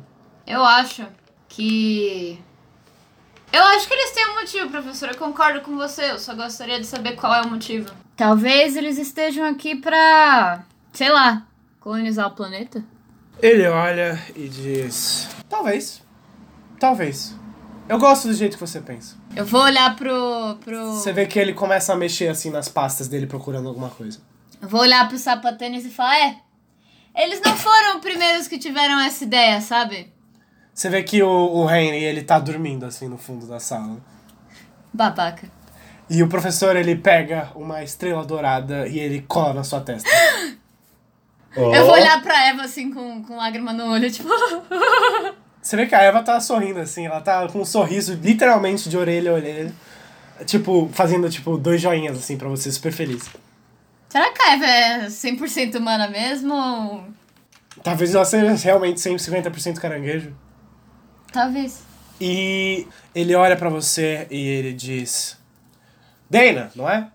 Speaker 4: Eu acho que. Eu acho que eles têm um motivo, professor. Eu concordo com você. Eu só gostaria de saber qual é o motivo. Talvez eles estejam aqui pra. sei lá, colonizar o planeta?
Speaker 12: Ele olha e diz:
Speaker 2: Talvez. Talvez. Eu gosto do jeito que você pensa.
Speaker 4: Eu vou olhar pro. pro...
Speaker 2: Você vê que ele começa a mexer assim nas pastas dele procurando alguma coisa.
Speaker 4: Eu vou olhar pro sapatênis e falar, é. Eles não foram os primeiros que tiveram essa ideia, sabe?
Speaker 2: Você vê que o, o Henry, ele tá dormindo assim no fundo da sala.
Speaker 4: Babaca.
Speaker 2: E o professor, ele pega uma estrela dourada e ele cola na sua testa. [GASPS]
Speaker 4: Eu vou olhar pra Eva assim com, com lágrima no olho, tipo. [LAUGHS]
Speaker 2: Você vê que a Eva tá sorrindo assim, ela tá com um sorriso literalmente de orelha a orelha. Tipo, fazendo tipo dois joinhas assim pra você, super feliz.
Speaker 4: Será que a Eva é 100% humana mesmo? Ou...
Speaker 2: Talvez ela seja realmente 150% caranguejo.
Speaker 4: Talvez.
Speaker 2: E ele olha pra você e ele diz: Dana, não é?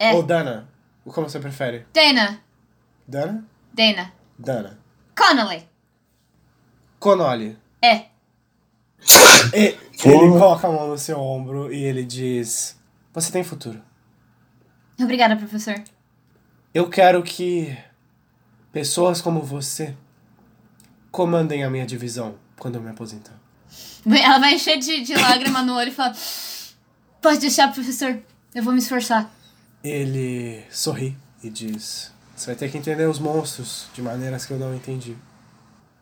Speaker 4: É.
Speaker 2: Ou Dana? Como você prefere?
Speaker 4: Dana.
Speaker 2: Dana?
Speaker 4: Dana.
Speaker 2: Dana.
Speaker 4: Connolly.
Speaker 2: Conoli.
Speaker 4: É.
Speaker 2: E- ele coloca a mão no seu ombro e ele diz: Você tem futuro.
Speaker 4: Obrigada, professor.
Speaker 2: Eu quero que pessoas como você comandem a minha divisão quando eu me aposentar.
Speaker 4: Ela vai encher de, de lágrima no olho e fala: Pode deixar, professor. Eu vou me esforçar.
Speaker 2: Ele sorri e diz: Você vai ter que entender os monstros de maneiras que eu não entendi.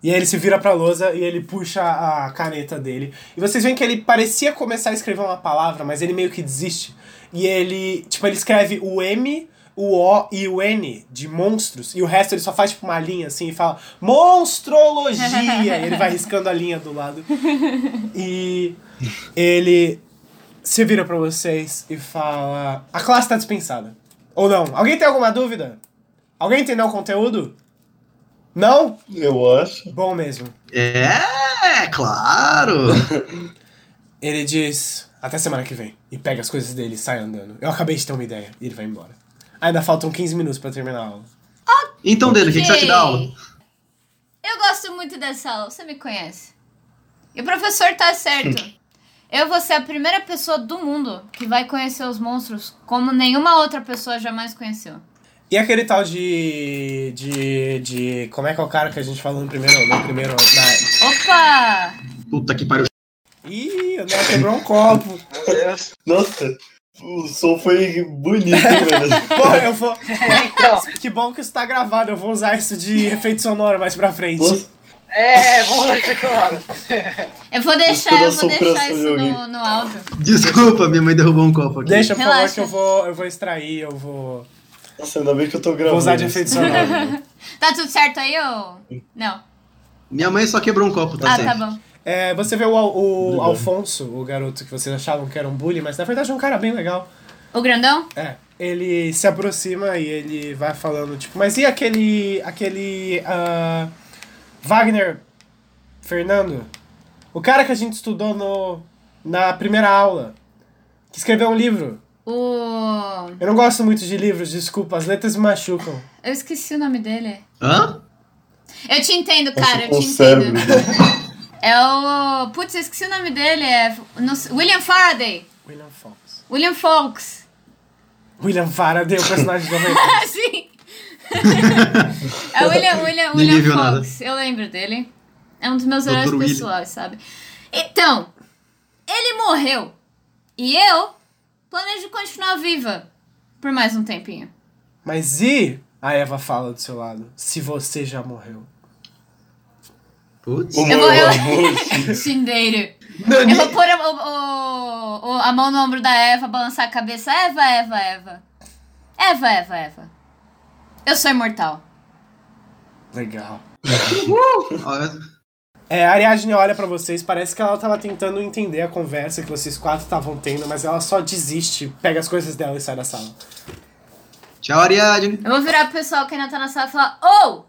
Speaker 2: E aí ele se vira pra lousa e ele puxa a caneta dele. E vocês veem que ele parecia começar a escrever uma palavra, mas ele meio que desiste. E ele, tipo, ele escreve o M, o O e o N de monstros. E o resto ele só faz, tipo, uma linha assim e fala: Monstrologia! e ele vai riscando a linha do lado. E ele se vira pra vocês e fala: A classe tá dispensada. Ou não? Alguém tem alguma dúvida? Alguém entendeu o conteúdo? Não?
Speaker 5: Eu acho.
Speaker 2: Bom mesmo.
Speaker 3: É, claro!
Speaker 2: Ele diz: Até semana que vem. E pega as coisas dele e sai andando. Eu acabei de ter uma ideia. E ele vai embora. Ainda faltam 15 minutos pra terminar a aula.
Speaker 3: Então, Dana, o que, que você acha da aula?
Speaker 4: Eu gosto muito dessa aula, você me conhece. E o professor
Speaker 3: [LAUGHS]
Speaker 4: tá certo. Eu vou ser a primeira pessoa do mundo que vai conhecer os monstros como nenhuma outra pessoa jamais conheceu.
Speaker 2: E aquele tal de. de. de. como é que é o cara que a gente falou no primeiro. no primeiro. Na...
Speaker 4: Opa!
Speaker 3: Puta que pariu. [LAUGHS]
Speaker 2: Ih, o Neo quebrou um copo.
Speaker 5: Nossa, O som foi bonito, hein,
Speaker 4: [LAUGHS]
Speaker 5: velho.
Speaker 2: Porra, eu vou.
Speaker 6: Então,
Speaker 2: Que bom que isso tá gravado, eu vou usar isso de efeito sonoro mais pra frente.
Speaker 6: é, vamos lá, isso aqui, mano.
Speaker 4: Eu vou deixar,
Speaker 5: Toda
Speaker 4: eu vou deixar
Speaker 5: sopração de
Speaker 4: isso no,
Speaker 5: alguém.
Speaker 4: no áudio.
Speaker 3: Desculpa, minha mãe derrubou um copo aqui.
Speaker 2: Deixa, por favor,
Speaker 4: Relaxa.
Speaker 2: que eu vou, eu vou extrair, eu vou.
Speaker 5: Nossa, ainda bem que eu tô gravando.
Speaker 2: Vou usar de
Speaker 5: isso.
Speaker 2: efeito sonoro.
Speaker 4: Tá tudo certo aí ou. Não.
Speaker 3: Minha mãe só quebrou um copo, tá
Speaker 4: ah,
Speaker 3: certo.
Speaker 4: tá bom.
Speaker 2: É, você vê o, Al- o Alfonso, o garoto que vocês achavam que era um bully, mas na verdade é um cara bem legal.
Speaker 4: O grandão?
Speaker 2: É. Ele se aproxima e ele vai falando, tipo, mas e aquele. aquele. ah, Wagner Fernando? O cara que a gente estudou no, na primeira aula. Que escreveu um livro.
Speaker 4: O.
Speaker 2: Eu não gosto muito de livros, desculpa, as letras me machucam.
Speaker 4: Eu esqueci o nome dele.
Speaker 3: Hã?
Speaker 4: Eu te entendo, cara, eu
Speaker 5: Com
Speaker 4: te
Speaker 5: o cérebro. né?
Speaker 4: entendo. É o. Putz, eu esqueci o nome dele. É. não sei- William Faraday.
Speaker 2: William Fox.
Speaker 4: William [LAUGHS] Fox.
Speaker 2: William Faraday, o personagem da novela.
Speaker 3: [LAUGHS]
Speaker 4: Ah, sim! é o William, William,
Speaker 3: Ninguém
Speaker 4: William
Speaker 3: viu nada.
Speaker 4: Fox. Eu lembro dele. É um dos meus heróis
Speaker 3: Dr. William.
Speaker 4: pessoais, sabe? Então, ele morreu. E eu planejo continuar viva por mais
Speaker 3: [LAUGHS]
Speaker 4: um tempinho.
Speaker 2: Mas e. A Eva fala do seu lado. Se você já morreu.
Speaker 3: Putz.
Speaker 5: O
Speaker 4: Eu
Speaker 5: meu
Speaker 4: vou- eu-
Speaker 5: amor.
Speaker 4: Shindeiro.
Speaker 3: Dani.
Speaker 4: Eu vou pôr a, o- o- o- a mão no ombro da Eva, balançar a cabeça. Eva, Eva, Eva. Eva, Eva, Eva. Eu sou imortal.
Speaker 2: Legal.
Speaker 3: Ó,
Speaker 2: É, a Ariadne olha pra vocês, parece que ela tava tentando entender a conversa que vocês quatro estavam tendo, mas ela só desiste, pega as coisas dela e sai da sala.
Speaker 3: Tchau, Ariadne.
Speaker 4: Eu vou virar pro pessoal que ainda tá na sala e falar: Ou!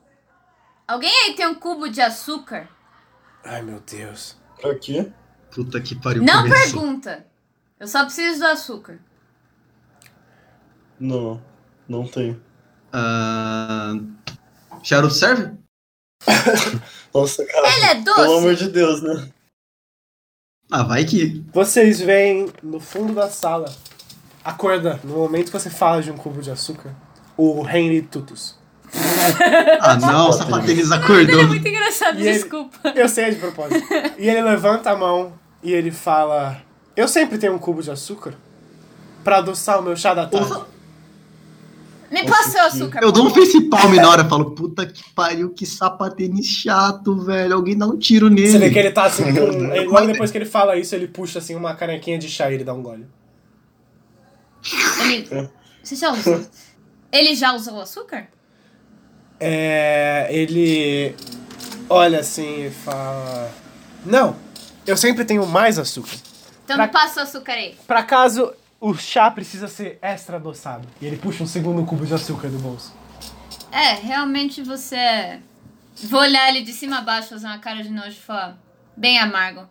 Speaker 4: alguém aí tem um cubo de açúcar?
Speaker 2: Ai meu Deus.
Speaker 5: Pra quê?
Speaker 3: Puta que pariu.
Speaker 4: Não
Speaker 3: começou.
Speaker 4: pergunta. Eu só preciso do açúcar.
Speaker 5: Não, não tem.
Speaker 3: Ah, charuto serve?
Speaker 5: Nossa, cara.
Speaker 4: Ele é
Speaker 5: Pelo amor
Speaker 4: doce?
Speaker 5: de Deus, né?
Speaker 3: Ah, vai que.
Speaker 2: Vocês veem no fundo da sala, acorda, no momento que você fala de um cubo de açúcar, o Henry Tutus.
Speaker 4: [LAUGHS]
Speaker 3: Ah, não, o sapatênis acordou.
Speaker 4: é Muito engraçado,
Speaker 2: E ele-
Speaker 4: desculpa.
Speaker 2: Eu sei é de propósito. E ele levanta a mão e ele fala: Eu sempre tenho um cubo de açúcar pra adoçar o meu chá da tarde.
Speaker 4: Me passa seu açúcar.
Speaker 3: Eu
Speaker 4: por
Speaker 3: dou um
Speaker 4: favor.
Speaker 3: face palm na hora, falo, puta que pariu, que sapatênis chato, velho. Alguém dá um tiro nele.
Speaker 2: Você vê que ele tá assim, com, ele- logo depois que ele fala isso, ele puxa assim uma canequinha de chá e ele dá um gole.
Speaker 3: [LAUGHS]
Speaker 4: Ele... Você já usou? Ele já usou açúcar?
Speaker 2: É. Ele olha assim e fala. Não, eu sempre tenho mais açúcar.
Speaker 4: Então
Speaker 2: Pra-
Speaker 4: me passa o açúcar aí.
Speaker 2: Pra caso o chá precisa ser extra adoçado. E ele puxa um segundo cubo de açúcar do bolso.
Speaker 4: É, realmente você. é- Vou olhar ele de cima a baixo, fazer uma cara de nojo e falar. Bem amargo.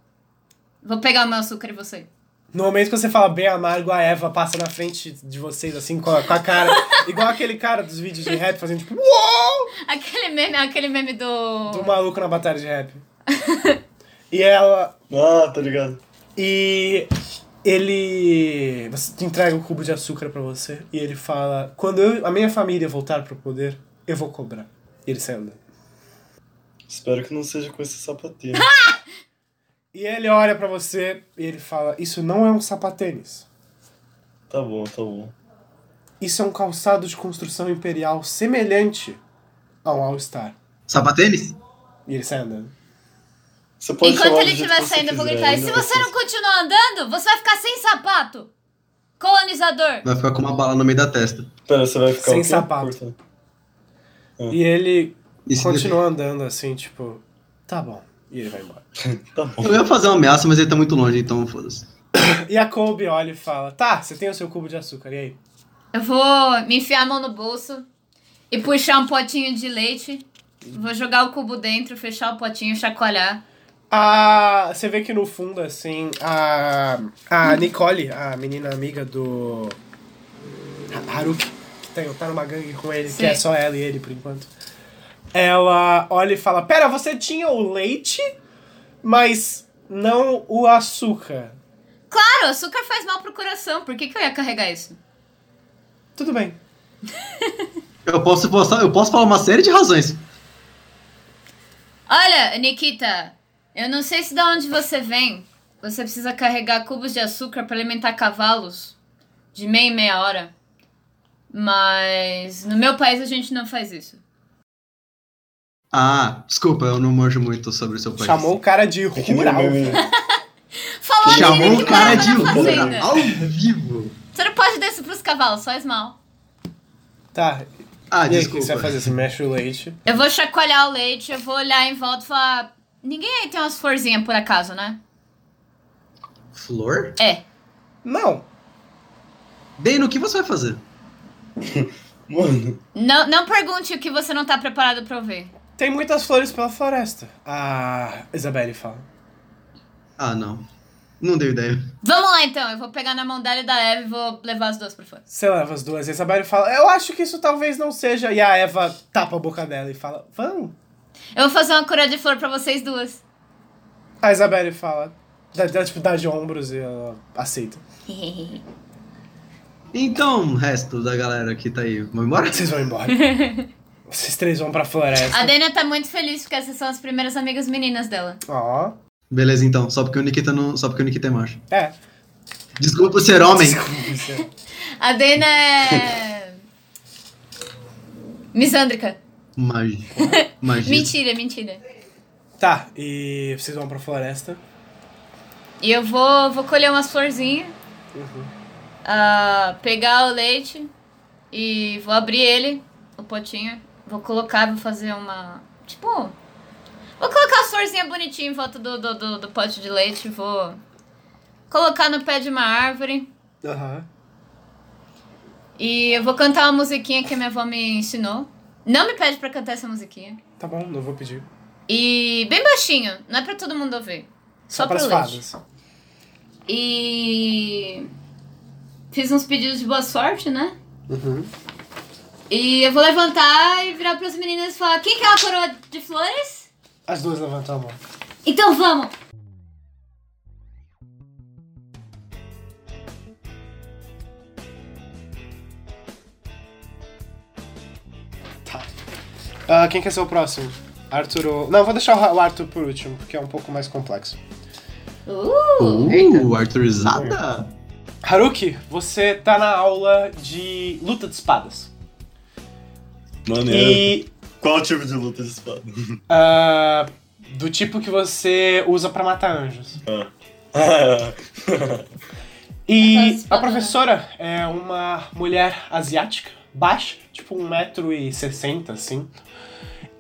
Speaker 4: Vou pegar o meu açúcar e você.
Speaker 2: No momento que você fala bem amargo, a Eva passa na frente de vocês, assim, com a, com a cara. [LAUGHS] igual aquele cara dos vídeos de rap fazendo tipo. Uou!
Speaker 4: [LAUGHS] Aquele meme, aquele meme do.
Speaker 2: Do maluco na batalha de rap. e ela.
Speaker 5: Ah, tá ligado.
Speaker 2: E ele você te entrega um cubo de açúcar pra você e ele fala: "Quando eu, a minha família voltar pro poder, eu vou cobrar". E ele sai andando.
Speaker 5: Espero que não seja com
Speaker 4: [LAUGHS]
Speaker 5: esse sapatinho.
Speaker 2: E ele olha pra você e ele fala: "Isso não é um sapatênis.
Speaker 5: tá bom, tá bom.
Speaker 2: Isso é um calçado de construção imperial semelhante ao All-Star".
Speaker 3: Sapatênis?
Speaker 2: E ele sai andando.
Speaker 5: Você pode
Speaker 4: Enquanto
Speaker 5: chamar do
Speaker 4: ele
Speaker 5: jeito
Speaker 4: estiver
Speaker 5: que você
Speaker 4: saindo, eu vou
Speaker 5: quiser,
Speaker 4: gritar: "E
Speaker 5: ainda
Speaker 4: se
Speaker 5: vai
Speaker 4: você
Speaker 5: ser
Speaker 4: não continuar andando, você vai ficar sem sapato! Colonizador!
Speaker 3: Vai ficar com uma bala no meio da testa.
Speaker 5: Pera, você vai ficar
Speaker 2: Sem
Speaker 5: o quê?
Speaker 2: sapato.
Speaker 5: Cortando.
Speaker 2: E ele
Speaker 3: E se-
Speaker 2: continua andando assim, tipo, tá bom. E ele vai embora.
Speaker 5: Tá bom.
Speaker 3: Eu ia fazer uma ameaça, mas ele tá muito longe, então foda-se.
Speaker 2: E a Kobe olha e fala: "Tá, você tem o seu cubo de açúcar e aí?"
Speaker 4: Eu vou me enfiar a mão no bolso e puxar um potinho de leite. Vou jogar o cubo dentro, fechar o potinho, chacoalhar.
Speaker 2: A, você vê que no fundo, assim, a, a Nicole, a menina amiga do Ha- Haruki, que tem, tá numa gangue com ele, que
Speaker 4: Sim.
Speaker 2: é só ela e ele por enquanto, ela olha e fala: Pera, você tinha o leite, mas não o açúcar.
Speaker 4: Claro, açúcar faz mal pro coração, por que, que eu ia carregar isso?
Speaker 2: Tudo bem.
Speaker 3: Eu posso, posso- eu posso falar uma série de razões.
Speaker 4: Olha, Nikita, eu não sei se da onde você vem. Você precisa carregar cubos de açúcar pra alimentar cavalos. de meia em meia hora. Mas no meu país a gente não faz isso.
Speaker 3: Ah, desculpa, eu não manjo muito sobre o seu país.
Speaker 2: Chamou o cara de
Speaker 5: É que nem
Speaker 2: rural.
Speaker 3: né?
Speaker 5: o meme.
Speaker 4: Falou
Speaker 3: Chamou
Speaker 4: menino
Speaker 3: o
Speaker 4: que morava
Speaker 3: cara de
Speaker 4: na
Speaker 3: Lula
Speaker 4: fazenda.
Speaker 3: ao vivo.
Speaker 4: Você não pode dar isso pros cavalos, faz mal.
Speaker 2: Tá,
Speaker 3: Ah,
Speaker 2: e aí, o que
Speaker 3: desculpa.
Speaker 2: você vai fazer? Você mexe o leite.
Speaker 4: Eu vou chacoalhar o leite, eu vou olhar em volta e falar. Ninguém aí tem umas florzinhas por acaso, né?
Speaker 3: Flor?
Speaker 4: É.
Speaker 13: Não.
Speaker 3: Dano, o que você vai fazer?
Speaker 5: Mano,
Speaker 4: Não, não pergunte o que você não tá preparado pra ouvir.
Speaker 2: Tem muitas flores pela floresta. Ah, Isabelle fala.
Speaker 3: Ah, não. Não deu ideia.
Speaker 4: Vamos lá então, eu vou pegar na mão dela e da Eve e vou levar as duas pra fora.
Speaker 2: Você leva as duas e a Isabelle fala, eu acho que isso talvez não seja. E a Eva tapa a boca dela e fala, vamos.
Speaker 4: Eu vou fazer uma cura de flor pra vocês duas. [LAUGHS]
Speaker 2: A Isabelle fala, dá, dá, tipo, dá de ombros e ela aceita.
Speaker 3: Então, resto da galera que tá aí, vamos embora?
Speaker 2: Vocês vão embora.
Speaker 4: [LAUGHS]
Speaker 2: Vocês três vão pra floresta.
Speaker 4: A Dania tá muito feliz porque essas são as primeiras amigas meninas dela.
Speaker 2: Ó,
Speaker 3: Beleza, então. Só porque o Nikita não. Só porque o Nikita é macho.
Speaker 2: é.
Speaker 3: Desculpa ser homem.
Speaker 4: A Dana é. Misândrica.
Speaker 3: [LAUGHS] Magia. Magia.
Speaker 4: Mentira, mentira.
Speaker 2: Tá, e vocês vão pra floresta.
Speaker 4: E eu vou, vou colher umas florzinhas. ah, pegar o leite e vou abrir ele, o potinho. Vou colocar, vou fazer uma. Tipo. Vou colocar as florzinhas bonitinhas em volta do, do, do, do pote de leite. Vou colocar no pé de uma árvore.
Speaker 2: Aham.
Speaker 4: E eu vou cantar uma musiquinha que a minha avó me ensinou. Não me pede pra cantar essa musiquinha.
Speaker 2: Tá bom, não vou pedir.
Speaker 4: E bem baixinho, não é pra todo mundo ouvir. Só,
Speaker 2: pras
Speaker 4: pro leite. E fiz uns pedidos de boa sorte, né?
Speaker 2: Uhum.
Speaker 4: E eu vou levantar e virar pras meninas e falar: quem quer uma coroa de flores?
Speaker 2: As duas levantam a mão.
Speaker 4: Então vamos!
Speaker 2: Tá. Ah, quem quer ser o próximo? Arthur ou... Não, vou deixar o Arthur por último, porque é um pouco mais complexo.
Speaker 4: Uh!
Speaker 3: Uh, Arthurzada.
Speaker 2: Haruki, você tá na aula de luta de espadas.
Speaker 5: Maneiro.
Speaker 2: E
Speaker 5: Qual tipo de luta de espada? [LAUGHS]
Speaker 2: ah, do tipo que você usa pra matar anjos.
Speaker 4: Aquelas
Speaker 2: E a
Speaker 4: espadonas.
Speaker 2: professora é uma mulher asiática, baixa, tipo 1,60m, assim.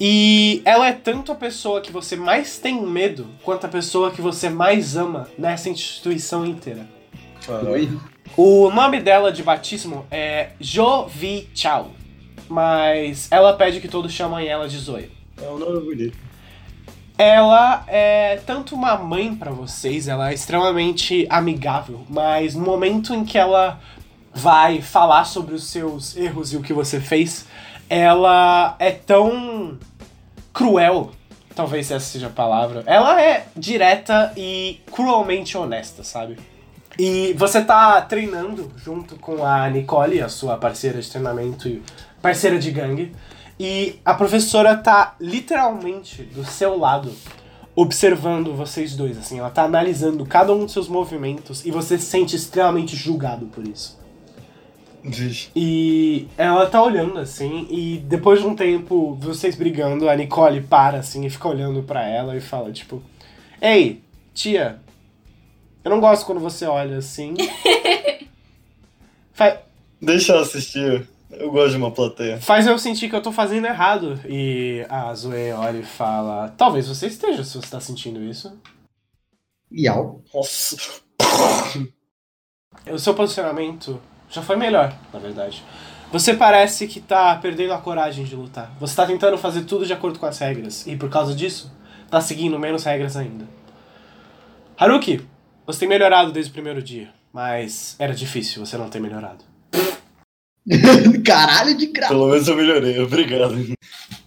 Speaker 2: E ela é tanto a pessoa que você mais tem medo, quanto a pessoa que você mais ama nessa instituição inteira.
Speaker 3: Oi.
Speaker 2: O nome dela de batismo é Jovi Chao, mas ela pede que todos chamem ela de Zoe.
Speaker 5: É um nome bonito.
Speaker 2: Ela é tanto uma mãe pra vocês, ela é extremamente amigável, mas no momento em que ela vai falar sobre os seus erros e o que você fez, ela é tão cruel, talvez essa seja a palavra. Ela é direta e cruelmente honesta, sabe? E você tá treinando junto com a Nicole, a sua parceira de treinamento e parceira de gangue. E a professora tá literalmente do seu lado, observando vocês dois, assim. Ela tá analisando cada um dos seus movimentos e você se sente extremamente julgado por isso.
Speaker 5: Vixe.
Speaker 2: E ela tá olhando, assim, e depois de um tempo, vocês brigando, a Nicole para, assim, e fica olhando pra ela e fala, tipo... Ei, tia, eu não gosto quando você olha assim. Fa-
Speaker 5: Deixa eu assistir. Eu gosto de uma plateia.
Speaker 2: Faz eu sentir que eu tô fazendo errado. E a Zoe olha e fala: Talvez você esteja se você tá sentindo isso.
Speaker 3: Iau.
Speaker 5: Nossa.
Speaker 2: O seu posicionamento já foi melhor, na verdade. Você parece que tá perdendo a coragem de lutar. Você tá tentando fazer tudo de acordo com as regras. E por causa disso, tá seguindo menos regras ainda. Haruki, você tem melhorado desde o primeiro dia. Mas era difícil você não ter melhorado.
Speaker 3: [LAUGHS] Caralho de graça.
Speaker 5: Pelo menos eu melhorei. Obrigado.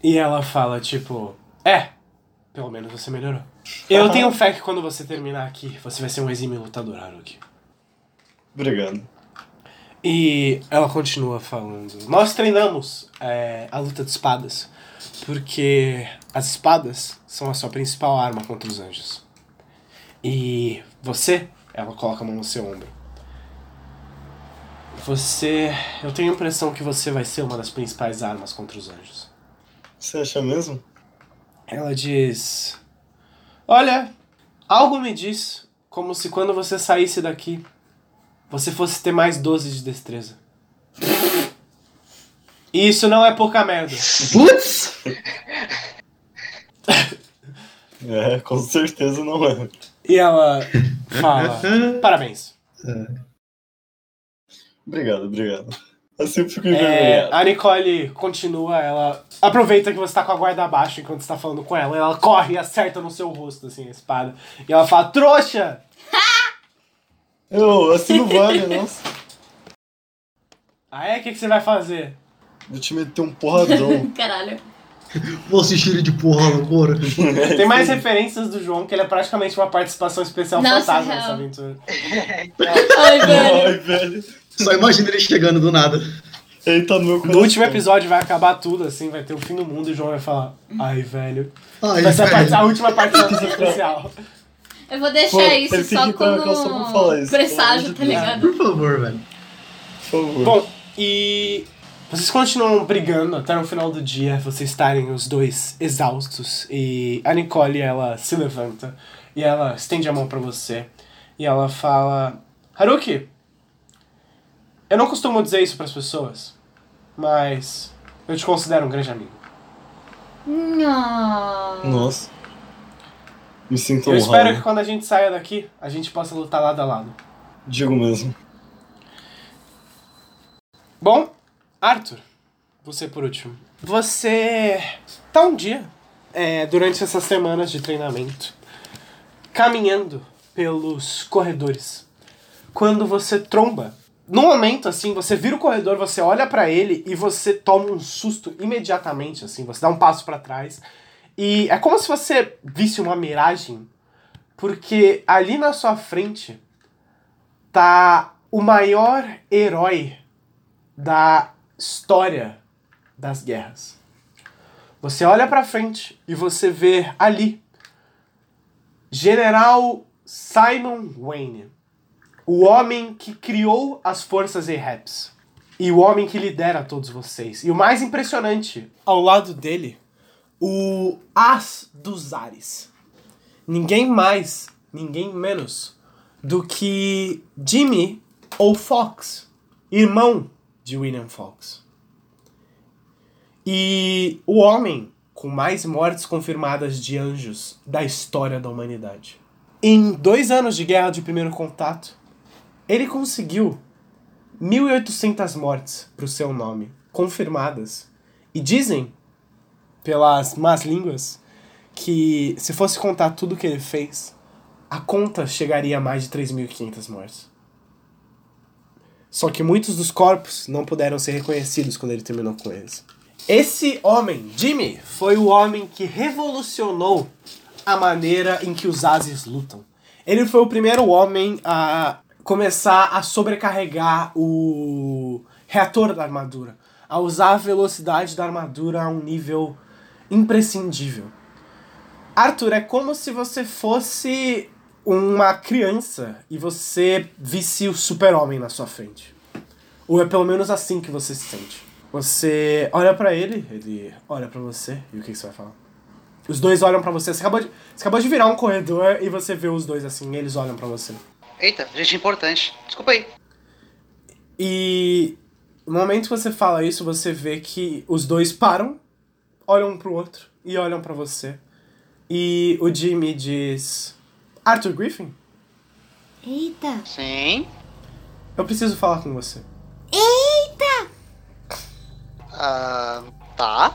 Speaker 2: E ela fala, tipo, é, pelo menos você melhorou. Eu tenho fé que quando você terminar aqui, você vai ser um exímio lutador, Haruki.
Speaker 5: Obrigado.
Speaker 2: E ela continua falando. Nós treinamos é, a luta de espadas, porque as espadas são a sua principal arma contra os anjos. E você, ela coloca a mão no seu ombro. Você. Eu tenho a impressão que você vai ser uma das principais armas contra os anjos.
Speaker 5: Você acha mesmo?
Speaker 2: Ela diz: Olha, algo me diz como se quando você saísse daqui, você fosse ter mais 12 de destreza. E isso não é pouca merda.
Speaker 3: Putz!
Speaker 5: É, com certeza não é.
Speaker 2: E ela fala:
Speaker 3: [LAUGHS]
Speaker 2: Parabéns.
Speaker 5: Obrigado, obrigado. Assim Eu sempre fico
Speaker 2: É,
Speaker 5: envergonhado.
Speaker 2: a Nicole continua, ela aproveita que você tá com a guarda abaixo enquanto você tá falando com ela, ela corre e acerta no seu rosto, assim, a espada. E ela fala, trouxa!
Speaker 5: Eu, assim não vale, nossa.
Speaker 2: Ah é? O que, que você vai fazer?
Speaker 5: Vou te meter um [LAUGHS] porradão.
Speaker 4: Caralho.
Speaker 3: Você cheiro de porra agora.
Speaker 2: Tem mais referências do João, que ele é praticamente uma participação especial
Speaker 4: Nossa,
Speaker 2: fantasma
Speaker 4: real.
Speaker 2: nessa aventura.
Speaker 3: É
Speaker 4: Ai, velho.
Speaker 5: Ai, velho.
Speaker 3: Só imagina ele chegando do nada.
Speaker 5: Ele tá no meu
Speaker 2: No
Speaker 5: coração.
Speaker 3: né?
Speaker 2: último episódio vai acabar tudo, assim, vai ter o fim do mundo e o João vai falar, ai, velho.
Speaker 3: Ai,
Speaker 2: Vai ser a, parte- a
Speaker 3: velho.
Speaker 2: última participação especial.
Speaker 4: Eu vou deixar
Speaker 5: Pô,
Speaker 4: isso
Speaker 5: ele tem
Speaker 4: só
Speaker 5: que entrar na calça pra falar
Speaker 4: como
Speaker 5: isso,
Speaker 4: presságio, tá
Speaker 5: pelo amor
Speaker 4: ligado?
Speaker 3: Por favor, velho.
Speaker 5: Por favor.
Speaker 2: Bom, e vocês continuam brigando até no final do dia, vocês estarem os dois exaustos e a Nicole ela se levanta e ela estende a mão pra você e ela fala: "Haruki, eu não costumo dizer isso pras pessoas, mas eu te considero um grande amigo.
Speaker 4: Não.
Speaker 5: Nossa. Me sinto
Speaker 2: eu espero que
Speaker 5: honrado.
Speaker 2: quando a gente saia daqui, a gente possa lutar lado a lado."
Speaker 5: Digo mesmo.
Speaker 2: Bom, Arthur, você por último. Você tá um dia, é, durante essas semanas de treinamento, caminhando pelos corredores. Quando você tromba, num momento assim, você vira o corredor, você olha pra ele e você toma um susto imediatamente, assim, você dá um passo pra trás. E é como se você visse uma miragem, porque ali na sua frente tá o maior herói da história das guerras. Você olha pra frente e você vê ali General Simon Wayne, o homem que criou as forças ARAPS e o homem que lidera todos vocês. E o mais impressionante, ao lado dele, o As dos Ares. Ninguém mais, ninguém menos do que Jimmy ou Fox, irmão de William Fox. E o homem com mais mortes confirmadas de anjos da história da humanidade. Em dois anos de guerra de primeiro contato, ele conseguiu 1.800 mortes para o seu nome, confirmadas. E dizem, pelas más línguas, que se fosse contar tudo que ele fez, a conta chegaria a mais de 3.500 mortes. Só que muitos dos corpos não puderam ser reconhecidos quando ele terminou com eles. Esse homem, Jimmy, foi o homem que revolucionou a maneira em que os Ases lutam. Ele foi o primeiro homem a começar a sobrecarregar o reator da armadura, a usar a velocidade da armadura a um nível imprescindível. Arthur, é como se você fosse uma criança e você visse o super-homem na sua frente. Ou é pelo menos assim que você se sente. Você olha pra ele, ele olha pra você, e o que, que você vai falar? Os dois olham pra você, você acabou, de, você acabou de virar um corredor e você vê os dois assim, e eles olham pra você.
Speaker 6: Eita, gente importante. Desculpa aí.
Speaker 2: E no momento que você fala isso, você vê que os dois param, olham um pro outro e olham pra você. E o Jimmy diz: Arthur Griffin,
Speaker 4: Eita.
Speaker 6: Sim.
Speaker 2: eu preciso falar com você.
Speaker 6: Ah, tá.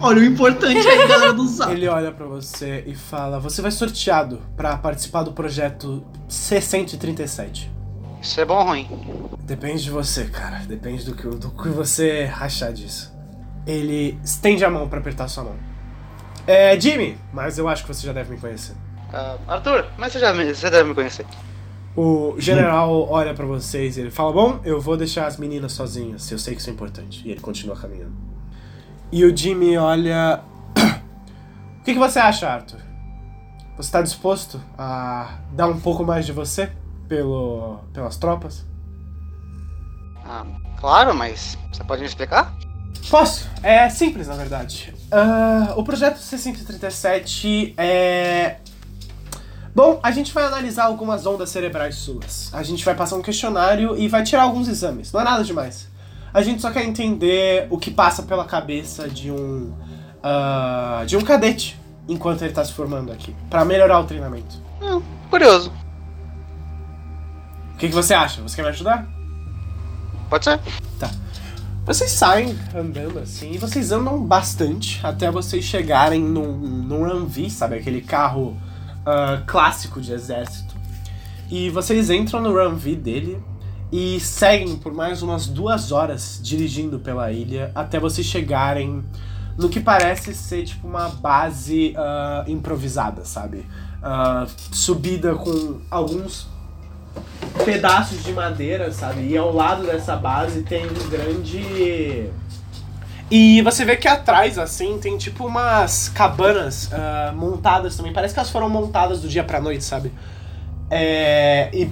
Speaker 3: Olha o importante é a galera do Zap.
Speaker 2: Ele olha pra você e fala: Você vai sorteado pra participar do projeto C137.
Speaker 6: Isso é bom ou ruim?
Speaker 2: Depende de você, cara. Depende do que, do que você achar disso. Ele estende a mão pra apertar sua mão. É, Jimmy, mas eu acho que você já deve me conhecer.
Speaker 6: Ah, Arthur, mas você já me- você deve me conhecer.
Speaker 2: O general olha pra vocês e ele fala: Bom, eu vou deixar as meninas sozinhas, eu sei que isso é importante. E ele continua caminhando. E o Jimmy olha. [CLEARS THROAT] O que, que você acha, Arthur? Você tá disposto a dar um pouco mais de você pelo, pelas tropas?
Speaker 6: Ah, claro, mas você pode me explicar?
Speaker 2: Posso? É simples, na verdade. Ah, o projeto C137 é. Bom, a gente vai analisar algumas ondas cerebrais suas. A gente vai passar um questionário e vai tirar alguns exames. Não é nada demais. A gente só quer entender o que passa pela cabeça de um. ah, de um cadete enquanto ele tá se formando aqui. Pra melhorar o treinamento.
Speaker 6: Curioso.
Speaker 2: O que, que você acha? Você quer me ajudar?
Speaker 6: Pode ser?
Speaker 2: Vocês saem andando assim, e vocês andam bastante até vocês chegarem num, num Humvee, sabe? Aquele carro ah, clássico de exército. E vocês entram no Humvee dele e seguem por mais umas duas horas dirigindo pela ilha até vocês chegarem no que parece ser tipo uma base ah, improvisada, sabe? Ah, subida com alguns pedaços de madeira, sabe? E ao lado dessa base tem um grande. E você vê que atrás, assim, tem tipo umas cabanas ah, montadas também. Parece que elas foram montadas do dia pra noite, sabe? É, e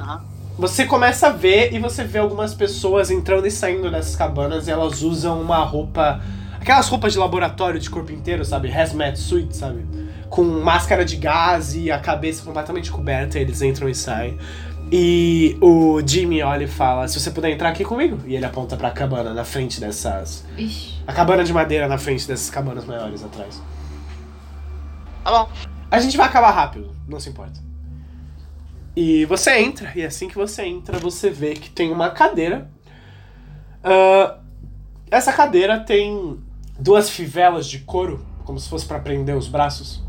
Speaker 2: você começa a ver e você vê algumas pessoas entrando e saindo dessas cabanas e elas usam uma roupa. Aquelas roupas de laboratório de corpo inteiro, sabe? Hazmat suit, sabe? Com máscara de gás e a cabeça completamente coberta, eles entram e saem. E o Jimmy olha e fala: Se você puder entrar aqui comigo. E ele aponta pra cabana na frente dessas.
Speaker 4: Ixi.
Speaker 2: A cabana de madeira na frente dessas cabanas maiores atrás.
Speaker 6: Tá bom.
Speaker 2: A gente vai acabar rápido, não se importa. E você entra, e assim que você entra, você vê que tem uma cadeira. Ah, essa cadeira tem duas fivelas de couro, como se fosse pra prender os braços.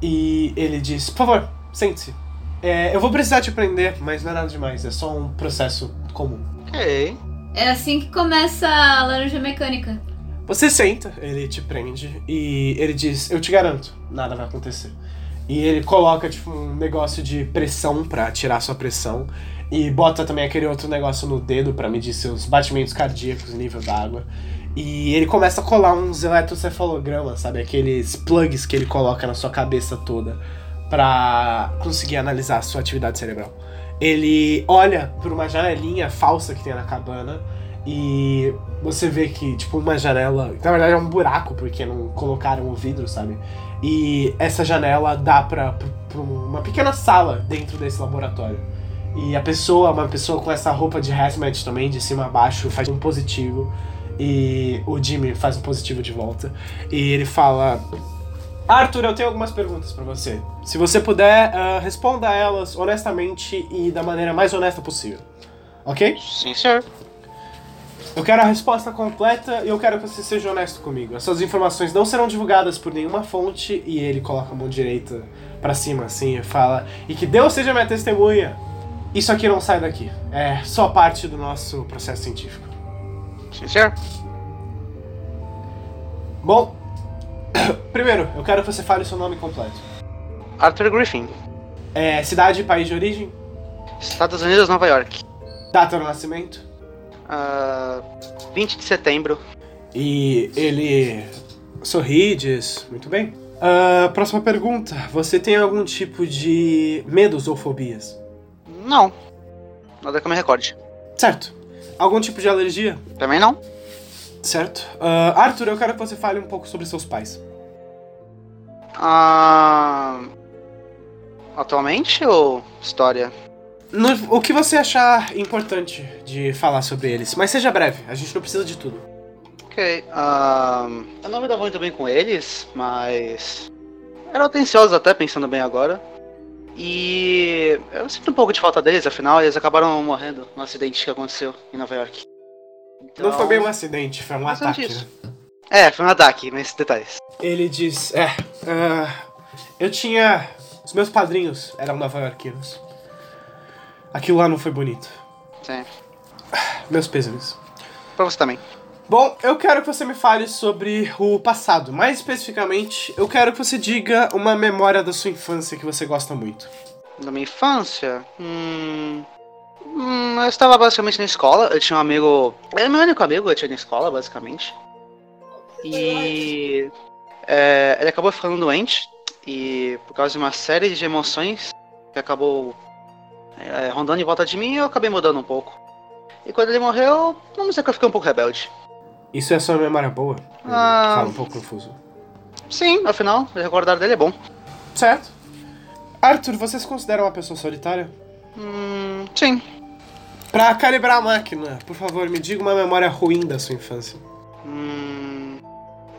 Speaker 2: E ele diz: Por favor, sente-se. É, eu vou precisar te prender, mas não é nada demais, é só um processo comum.
Speaker 6: Ok.
Speaker 4: É assim que começa a laranja mecânica.
Speaker 2: Você senta, ele te prende e ele diz: Eu te garanto, nada vai acontecer. E ele coloca tipo um negócio de pressão pra tirar sua pressão e bota também aquele outro negócio no dedo pra medir seus batimentos cardíacos e nível d'água. E ele começa a colar uns eletrocefalogramas, sabe? Aqueles plugs que ele coloca na sua cabeça toda pra conseguir analisar a sua atividade cerebral. Ele olha por uma janelinha falsa que tem na cabana e você vê que, tipo, uma janela. Na verdade é um buraco, porque não colocaram o vidro, sabe? E essa janela dá pra, pra- pra uma pequena sala dentro desse laboratório. E a pessoa, uma pessoa com essa roupa de hazmat também, de cima a baixo, faz um positivo. E o Jimmy faz um positivo de volta. E ele fala: Arthur, eu tenho algumas perguntas pra você. Se você puder, ah, responda elas honestamente e da maneira mais honesta possível. Ok?
Speaker 6: Sim, senhor.
Speaker 2: Eu quero a resposta completa e eu quero que você seja honesto comigo. As suas informações não serão divulgadas por nenhuma fonte e ele coloca a mão direita pra cima assim e fala: "E que Deus seja minha testemunha. Isso aqui não sai daqui. É só parte do nosso processo científico."
Speaker 6: Sim, senhor.
Speaker 2: Bom, [COUGHS] primeiro, eu quero que você fale seu nome completo.
Speaker 6: Arthur Griffin,
Speaker 2: É, cidade e país de origem,
Speaker 6: Estados Unidos, Nova York.
Speaker 2: data do nascimento,
Speaker 6: Ah, 20 de setembro.
Speaker 2: E ele sorri e diz: Muito bem. Ah, próxima pergunta. Você tem algum tipo de medos ou fobias?
Speaker 6: Não. Nada que eu me recorde.
Speaker 2: Certo. Algum tipo de alergia?
Speaker 6: Também não.
Speaker 2: Certo. Ah, Arthur, eu quero que você fale um pouco sobre seus pais.
Speaker 6: Ah, atualmente ou história?
Speaker 2: No- o que você achar importante de falar sobre eles, mas seja breve, a gente não precisa de tudo.
Speaker 6: Ok. ah, eu não me dava muito bem com eles, mas. Eram atenciosos até, pensando bem agora. E eu sinto um pouco de falta deles, afinal, eles acabaram morrendo no acidente que aconteceu em Nova York. Então,
Speaker 2: Não foi bem um acidente, foi um
Speaker 6: bastante
Speaker 2: ataque.
Speaker 6: isso.
Speaker 2: né?
Speaker 6: É, foi um ataque, mas detalhes.
Speaker 2: Ele diz: É, ah, eu tinha. Os meus padrinhos eram nova-iorquinos. Aquilo lá não foi bonito.
Speaker 6: Sim.
Speaker 2: Meus pêsames.
Speaker 6: Pra você também.
Speaker 2: Bom, eu quero que você me fale sobre o passado. Mais especificamente, eu quero que você diga uma memória da sua infância que você gosta muito.
Speaker 6: Na minha infância, hum, hum, eu estava basicamente na escola. Eu tinha um amigo. Ele é meu único amigo, eu tinha na escola, basicamente. E. é, ele acabou ficando doente. E por causa de uma série de emoções que acabou é, rondando em volta de mim, eu acabei mudando um pouco. E quando ele morreu, vamos dizer que eu fiquei um pouco rebelde.
Speaker 2: Isso é só uma memória boa? Ele
Speaker 6: Ah.
Speaker 2: Fala um pouco confuso.
Speaker 6: Sim, afinal, recordar dele é bom.
Speaker 2: Certo. Arthur, você se considera uma pessoa solitária?
Speaker 6: Hum, sim.
Speaker 2: Pra calibrar a máquina, por favor, me diga uma memória ruim da sua infância.
Speaker 6: Hum,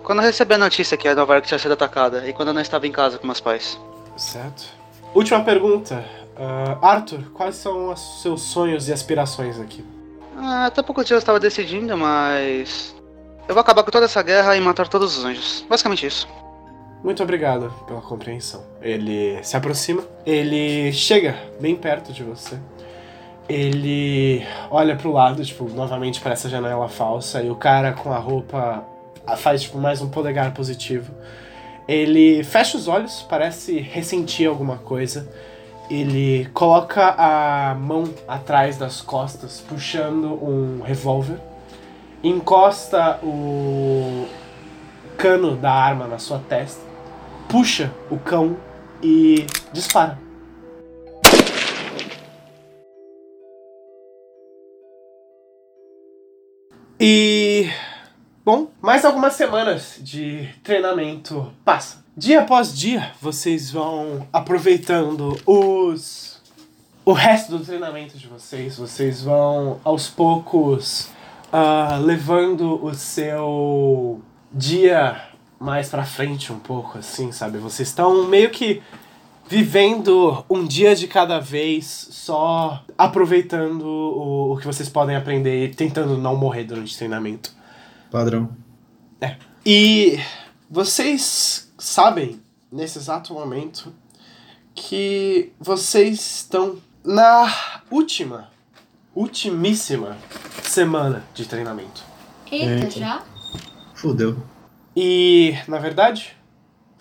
Speaker 6: quando eu recebi a notícia que a Nova York tinha sido atacada e quando eu não estava em casa com meus pais.
Speaker 2: Certo. Última pergunta. Ah, Arthur, quais são os seus sonhos e aspirações aqui?
Speaker 6: Ah, até poucos dias eu estava decidindo, mas. Eu vou acabar com toda essa guerra e matar todos os anjos. Basicamente isso.
Speaker 2: Muito obrigado pela compreensão. Ele se aproxima, ele chega bem perto de você. Ele olha pro lado, tipo, novamente para essa janela falsa, e o cara com a roupa faz tipo mais um polegar positivo. Ele fecha os olhos, parece ressentir alguma coisa. Ele coloca a mão atrás das costas, puxando um revólver. Encosta o cano da arma na sua testa, puxa o cão e dispara. E. Bom, mais algumas semanas de treinamento passa. Dia após dia, vocês vão aproveitando os. o resto do treinamento de vocês. Vocês vão aos poucos ah, levando o seu dia mais pra frente um pouco, assim, sabe? Vocês estão meio que vivendo um dia de cada vez, só aproveitando o, o que vocês podem aprender e tentando não morrer durante o treinamento.
Speaker 3: Padrão.
Speaker 2: E vocês sabem, nesse exato momento, que vocês estão na última, ultimíssima semana de treinamento.
Speaker 4: Eita,
Speaker 5: Eita.
Speaker 4: já?
Speaker 3: Fudeu.
Speaker 2: E, na verdade,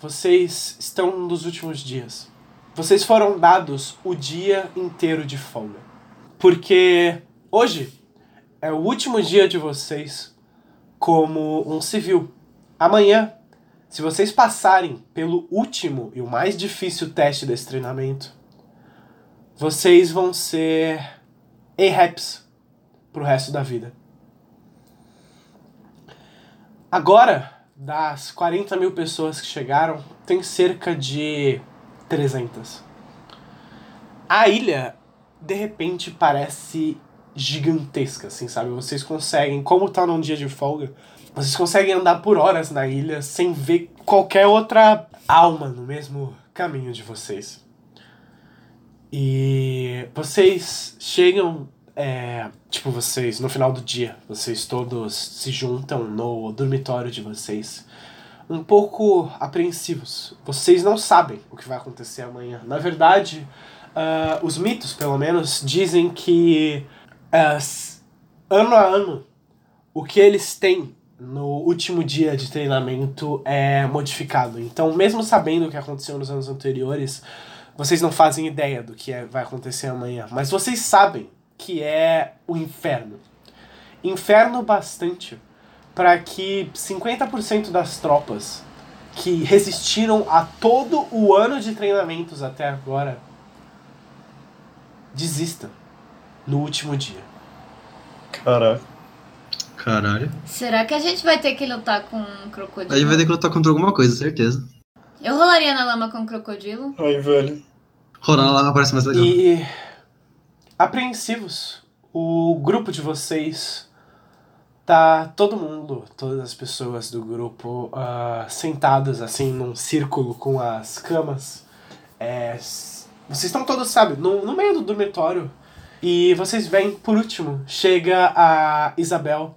Speaker 2: vocês estão nos últimos dias. Vocês foram dados o dia inteiro de folga. Porque hoje é o último dia de vocês como um civil. Amanhã, se vocês passarem pelo último e o mais difícil teste desse treinamento, vocês vão ser A-Raps pro resto da vida. Agora, das 40 mil pessoas que chegaram, tem cerca de 300. A ilha, de repente, parece gigantesca, assim, sabe? Vocês conseguem, como tá num dia de folga, vocês conseguem andar por horas na ilha sem ver qualquer outra alma no mesmo caminho de vocês. E vocês chegam é, tipo, vocês, no final do dia, vocês todos se juntam no dormitório de vocês, um pouco apreensivos. Vocês não sabem o que vai acontecer amanhã. Na verdade, ah, os mitos, pelo menos, dizem que ah, s- ano a ano, o que eles têm no último dia de treinamento é modificado. Então, mesmo sabendo o que aconteceu nos anos anteriores, vocês não fazem ideia do que é- vai acontecer amanhã. Mas vocês sabem que é o inferno. Inferno bastante para que 50% das tropas que resistiram a todo o ano de treinamentos até agora desistam no último dia.
Speaker 5: Caraca.
Speaker 3: Caralho.
Speaker 4: Será que a gente vai ter que lutar com um
Speaker 3: A gente
Speaker 4: crocodilo?
Speaker 3: vai ter que lutar contra alguma coisa, certeza.
Speaker 4: Eu rolaria na lama com um crocodilo?
Speaker 5: Ai, velho.
Speaker 3: Rolando lá parece mais legal.
Speaker 2: E apreensivos, o grupo de vocês tá todo mundo, todas as pessoas do grupo ah, sentadas assim num círculo com as camas. É, s- vocês estão todos, sabe, no, no meio do dormitório. E vocês veem, por último, chega a Isabel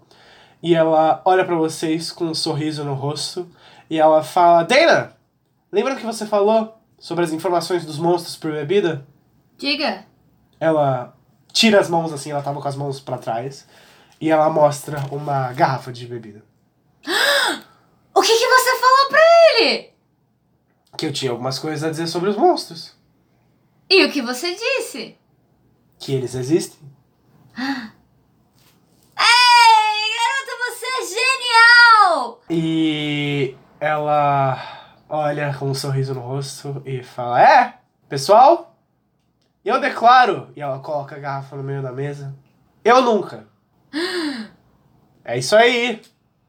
Speaker 2: e ela olha pra vocês com um sorriso no rosto e ela fala: Dana, lembra que você falou sobre as informações dos monstros por bebida?
Speaker 4: Diga.
Speaker 2: Ela tira as mãos assim, ela tava com as mãos pra trás, e ela mostra uma garrafa de bebida.
Speaker 4: O que, que você falou pra ele?
Speaker 2: Que eu tinha algumas coisas a dizer sobre os monstros.
Speaker 4: E o que você disse?
Speaker 2: Que eles existem.
Speaker 4: Ei, garota, você é genial!
Speaker 2: E ela olha com um sorriso no rosto e fala: É, pessoal, eu declaro. E ela coloca a garrafa no meio da mesa. Eu nunca É isso aí!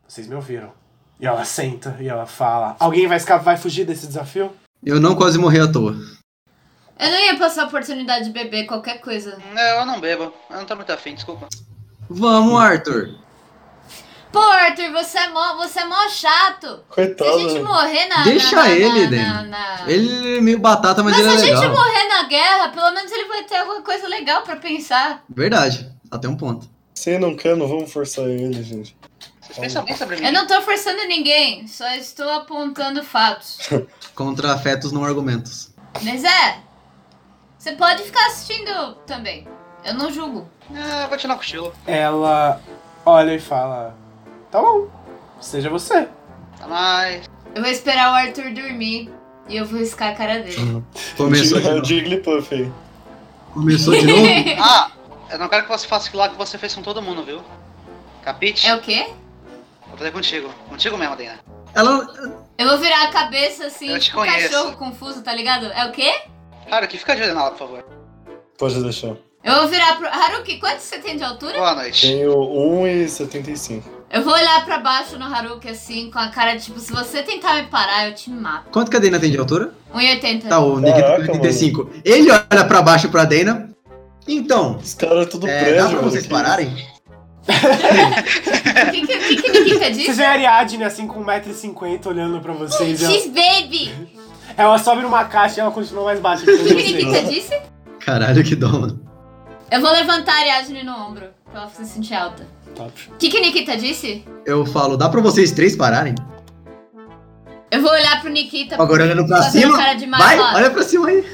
Speaker 14: Vocês me ouviram. E ela senta e ela fala: Alguém vai escapar, vai fugir desse desafio?
Speaker 3: Eu não quase morri à toa.
Speaker 4: Eu não ia passar a oportunidade de beber qualquer coisa.
Speaker 6: É, eu não bebo. Eu não tô muito afim, desculpa.
Speaker 3: Vamos, Arthur.
Speaker 4: Pô, Arthur, você é mó, você é mó chato. Se a
Speaker 5: Coitado.
Speaker 4: gente morrer na.
Speaker 3: Tá Deixa
Speaker 4: na- na-
Speaker 3: ele,
Speaker 4: na- na-
Speaker 3: Dani.
Speaker 4: na-
Speaker 3: Ele é meio batata, mas,
Speaker 4: Mas se
Speaker 3: ele é
Speaker 4: a gente
Speaker 3: legal.
Speaker 4: morrer na guerra, pelo menos ele vai ter alguma coisa legal pra pensar.
Speaker 3: Verdade. Até um ponto.
Speaker 5: Se ele não quer, não vamos forçar ele, gente.
Speaker 6: Vocês pensam bem sobre mim?
Speaker 4: Eu não tô forçando ninguém, só estou apontando fatos.
Speaker 3: Contra afetos não argumentos.
Speaker 4: Mas é. Você pode ficar assistindo também. Eu não julgo.
Speaker 6: É, vou tirar um cochilo.
Speaker 2: Ela olha e fala: Tá bom, seja você.
Speaker 6: Tá mais.
Speaker 4: Eu vou esperar o Arthur dormir e eu vou riscar a cara dele.
Speaker 3: Começou de
Speaker 5: [LAUGHS] É o
Speaker 3: novo.
Speaker 5: Jigglypuff aí.
Speaker 3: Começou de
Speaker 4: [LAUGHS]
Speaker 3: novo.
Speaker 6: Ah, eu não quero que você faça aquilo lá que você fez com todo mundo, viu? Capite?
Speaker 4: É o quê?
Speaker 6: Vou fazer contigo. Contigo mesmo, Dana.
Speaker 3: Ela.
Speaker 4: Eu vou virar a cabeça assim,
Speaker 6: Eu te
Speaker 4: tipo um
Speaker 6: conheço.
Speaker 4: cachorro confuso, tá ligado? É o quê?
Speaker 6: Haruki, fica de olho nela, por favor.
Speaker 5: Pode deixar.
Speaker 4: Eu vou virar pro. Haruki, quanto você tem de altura?
Speaker 6: Boa noite.
Speaker 5: Tenho 1,75.
Speaker 4: Eu vou olhar pra baixo no Haruki assim, com a cara de tipo, se você tentar me parar, eu te mato.
Speaker 3: Quanto que a Dana tem de altura?
Speaker 4: 1,80.
Speaker 3: Tá, o Nikita
Speaker 5: Caraca,
Speaker 3: tem 85. Ele olha pra baixo pra Dana. Então,
Speaker 5: Esse cara é tudo
Speaker 3: é,
Speaker 5: prédio.
Speaker 3: dá pra
Speaker 5: mano,
Speaker 3: vocês
Speaker 5: que-
Speaker 3: pararem?
Speaker 4: O que, que, o que, que Nikita
Speaker 14: Vocês
Speaker 4: disse?
Speaker 14: veem a Ariadne assim com 1,50m olhando pra vocês. e ela,
Speaker 4: X-Baby!
Speaker 14: ela sobe numa caixa e ela continua mais baixa.
Speaker 4: O que, que [LAUGHS] Nikita disse?
Speaker 3: Caralho, que dó, mano.
Speaker 4: Eu vou levantar a Ariadne no ombro, pra ela se sentir alta.
Speaker 14: Top.
Speaker 4: O que, que Nikita disse?
Speaker 3: Eu falo, dá pra vocês três pararem?
Speaker 4: Eu vou olhar pro Nikita.
Speaker 3: Agora olhando pra
Speaker 4: fazendo
Speaker 3: cima.
Speaker 4: um Cara de mal e
Speaker 3: Vai,
Speaker 4: falar,
Speaker 3: olha pra cima aí.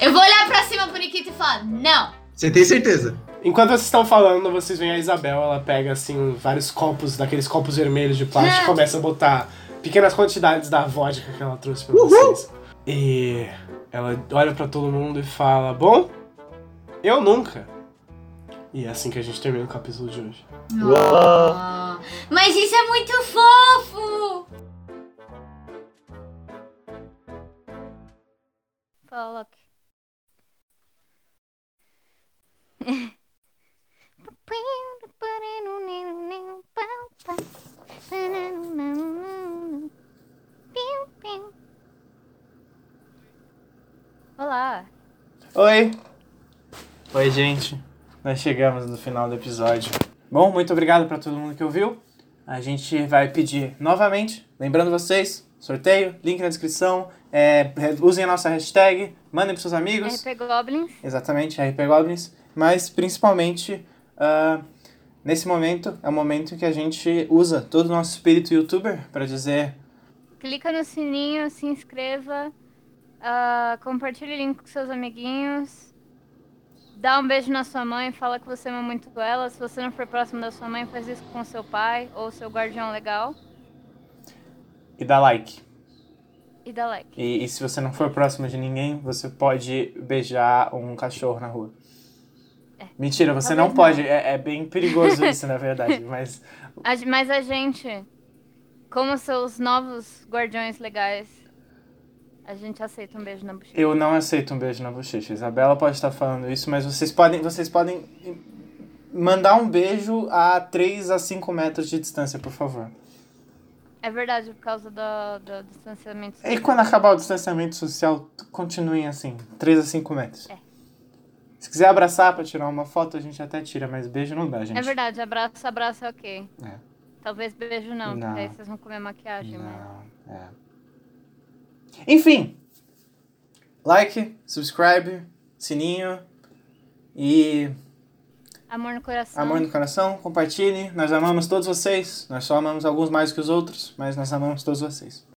Speaker 4: Eu vou olhar pra cima pro Nikita e falar, não!
Speaker 3: Você tem certeza?
Speaker 14: Enquanto vocês estão falando, vocês veem a Isabel, ela pega assim vários copos, daqueles copos vermelhos de plástico, e começa a botar pequenas quantidades da vodka que ela trouxe pra vocês. E ela olha pra todo mundo e fala: "Bom, eu nunca". E é assim que a gente termina o capítulo de hoje.
Speaker 5: Uau.
Speaker 4: Ah, Mas isso é muito fofo!
Speaker 9: Fala, Loki. Olá.
Speaker 2: Oi! Oi, gente. Nós chegamos no final do episódio. Bom, muito obrigado pra todo mundo que ouviu. A gente vai pedir novamente, lembrando vocês, sorteio, link na descrição, é, usem a nossa hashtag, mandem pros seus amigos.
Speaker 9: RP Goblins.
Speaker 2: Exatamente, RP Goblins. Mas principalmente, ah, nesse momento, é o momento que a gente usa todo o nosso espírito youtuber para dizer
Speaker 9: Clica no sininho, se inscreva, ah, compartilhe o link com seus amiguinhos, dá um beijo na sua mãe, fala que você ama muito ela. Se você não for próximo da sua mãe, faz isso com seu pai ou seu guardião legal
Speaker 2: e dá like.
Speaker 9: e dá like.
Speaker 2: E, e se você não for próximo de ninguém, você pode beijar um cachorro na rua. Mentira, você não
Speaker 9: É. Talvez
Speaker 2: pode. É, é bem
Speaker 9: [LAUGHS]
Speaker 2: perigoso isso, na verdade. Mas
Speaker 9: A gen- mas a gente, como seus novos guardiões legais, a gente aceita um beijo na bochecha.
Speaker 2: eu não aceito um beijo na bochecha. Isabela pode estar falando isso, mas vocês podem, vocês podem mandar um beijo a 3 a 5 metros de distância, por favor.
Speaker 9: É verdade, por causa do, do distanciamento.
Speaker 2: E quando acabar o distanciamento social, continuem assim, 3 a 5 metros.
Speaker 9: É.
Speaker 2: Se quiser abraçar pra tirar uma foto, a gente até tira, mas beijo não dá, gente.
Speaker 9: É verdade, abraço, abraço é ok.
Speaker 2: É.
Speaker 9: Talvez beijo não,
Speaker 2: Não.
Speaker 9: porque aí vocês vão comer maquiagem, né?
Speaker 2: Não,
Speaker 9: mas...
Speaker 2: é. Enfim, like, subscribe, sininho e
Speaker 9: Amor no coração.
Speaker 2: amor no coração, compartilhe. Nós amamos todos vocês. Nós só amamos alguns mais que os outros, mas nós amamos todos vocês.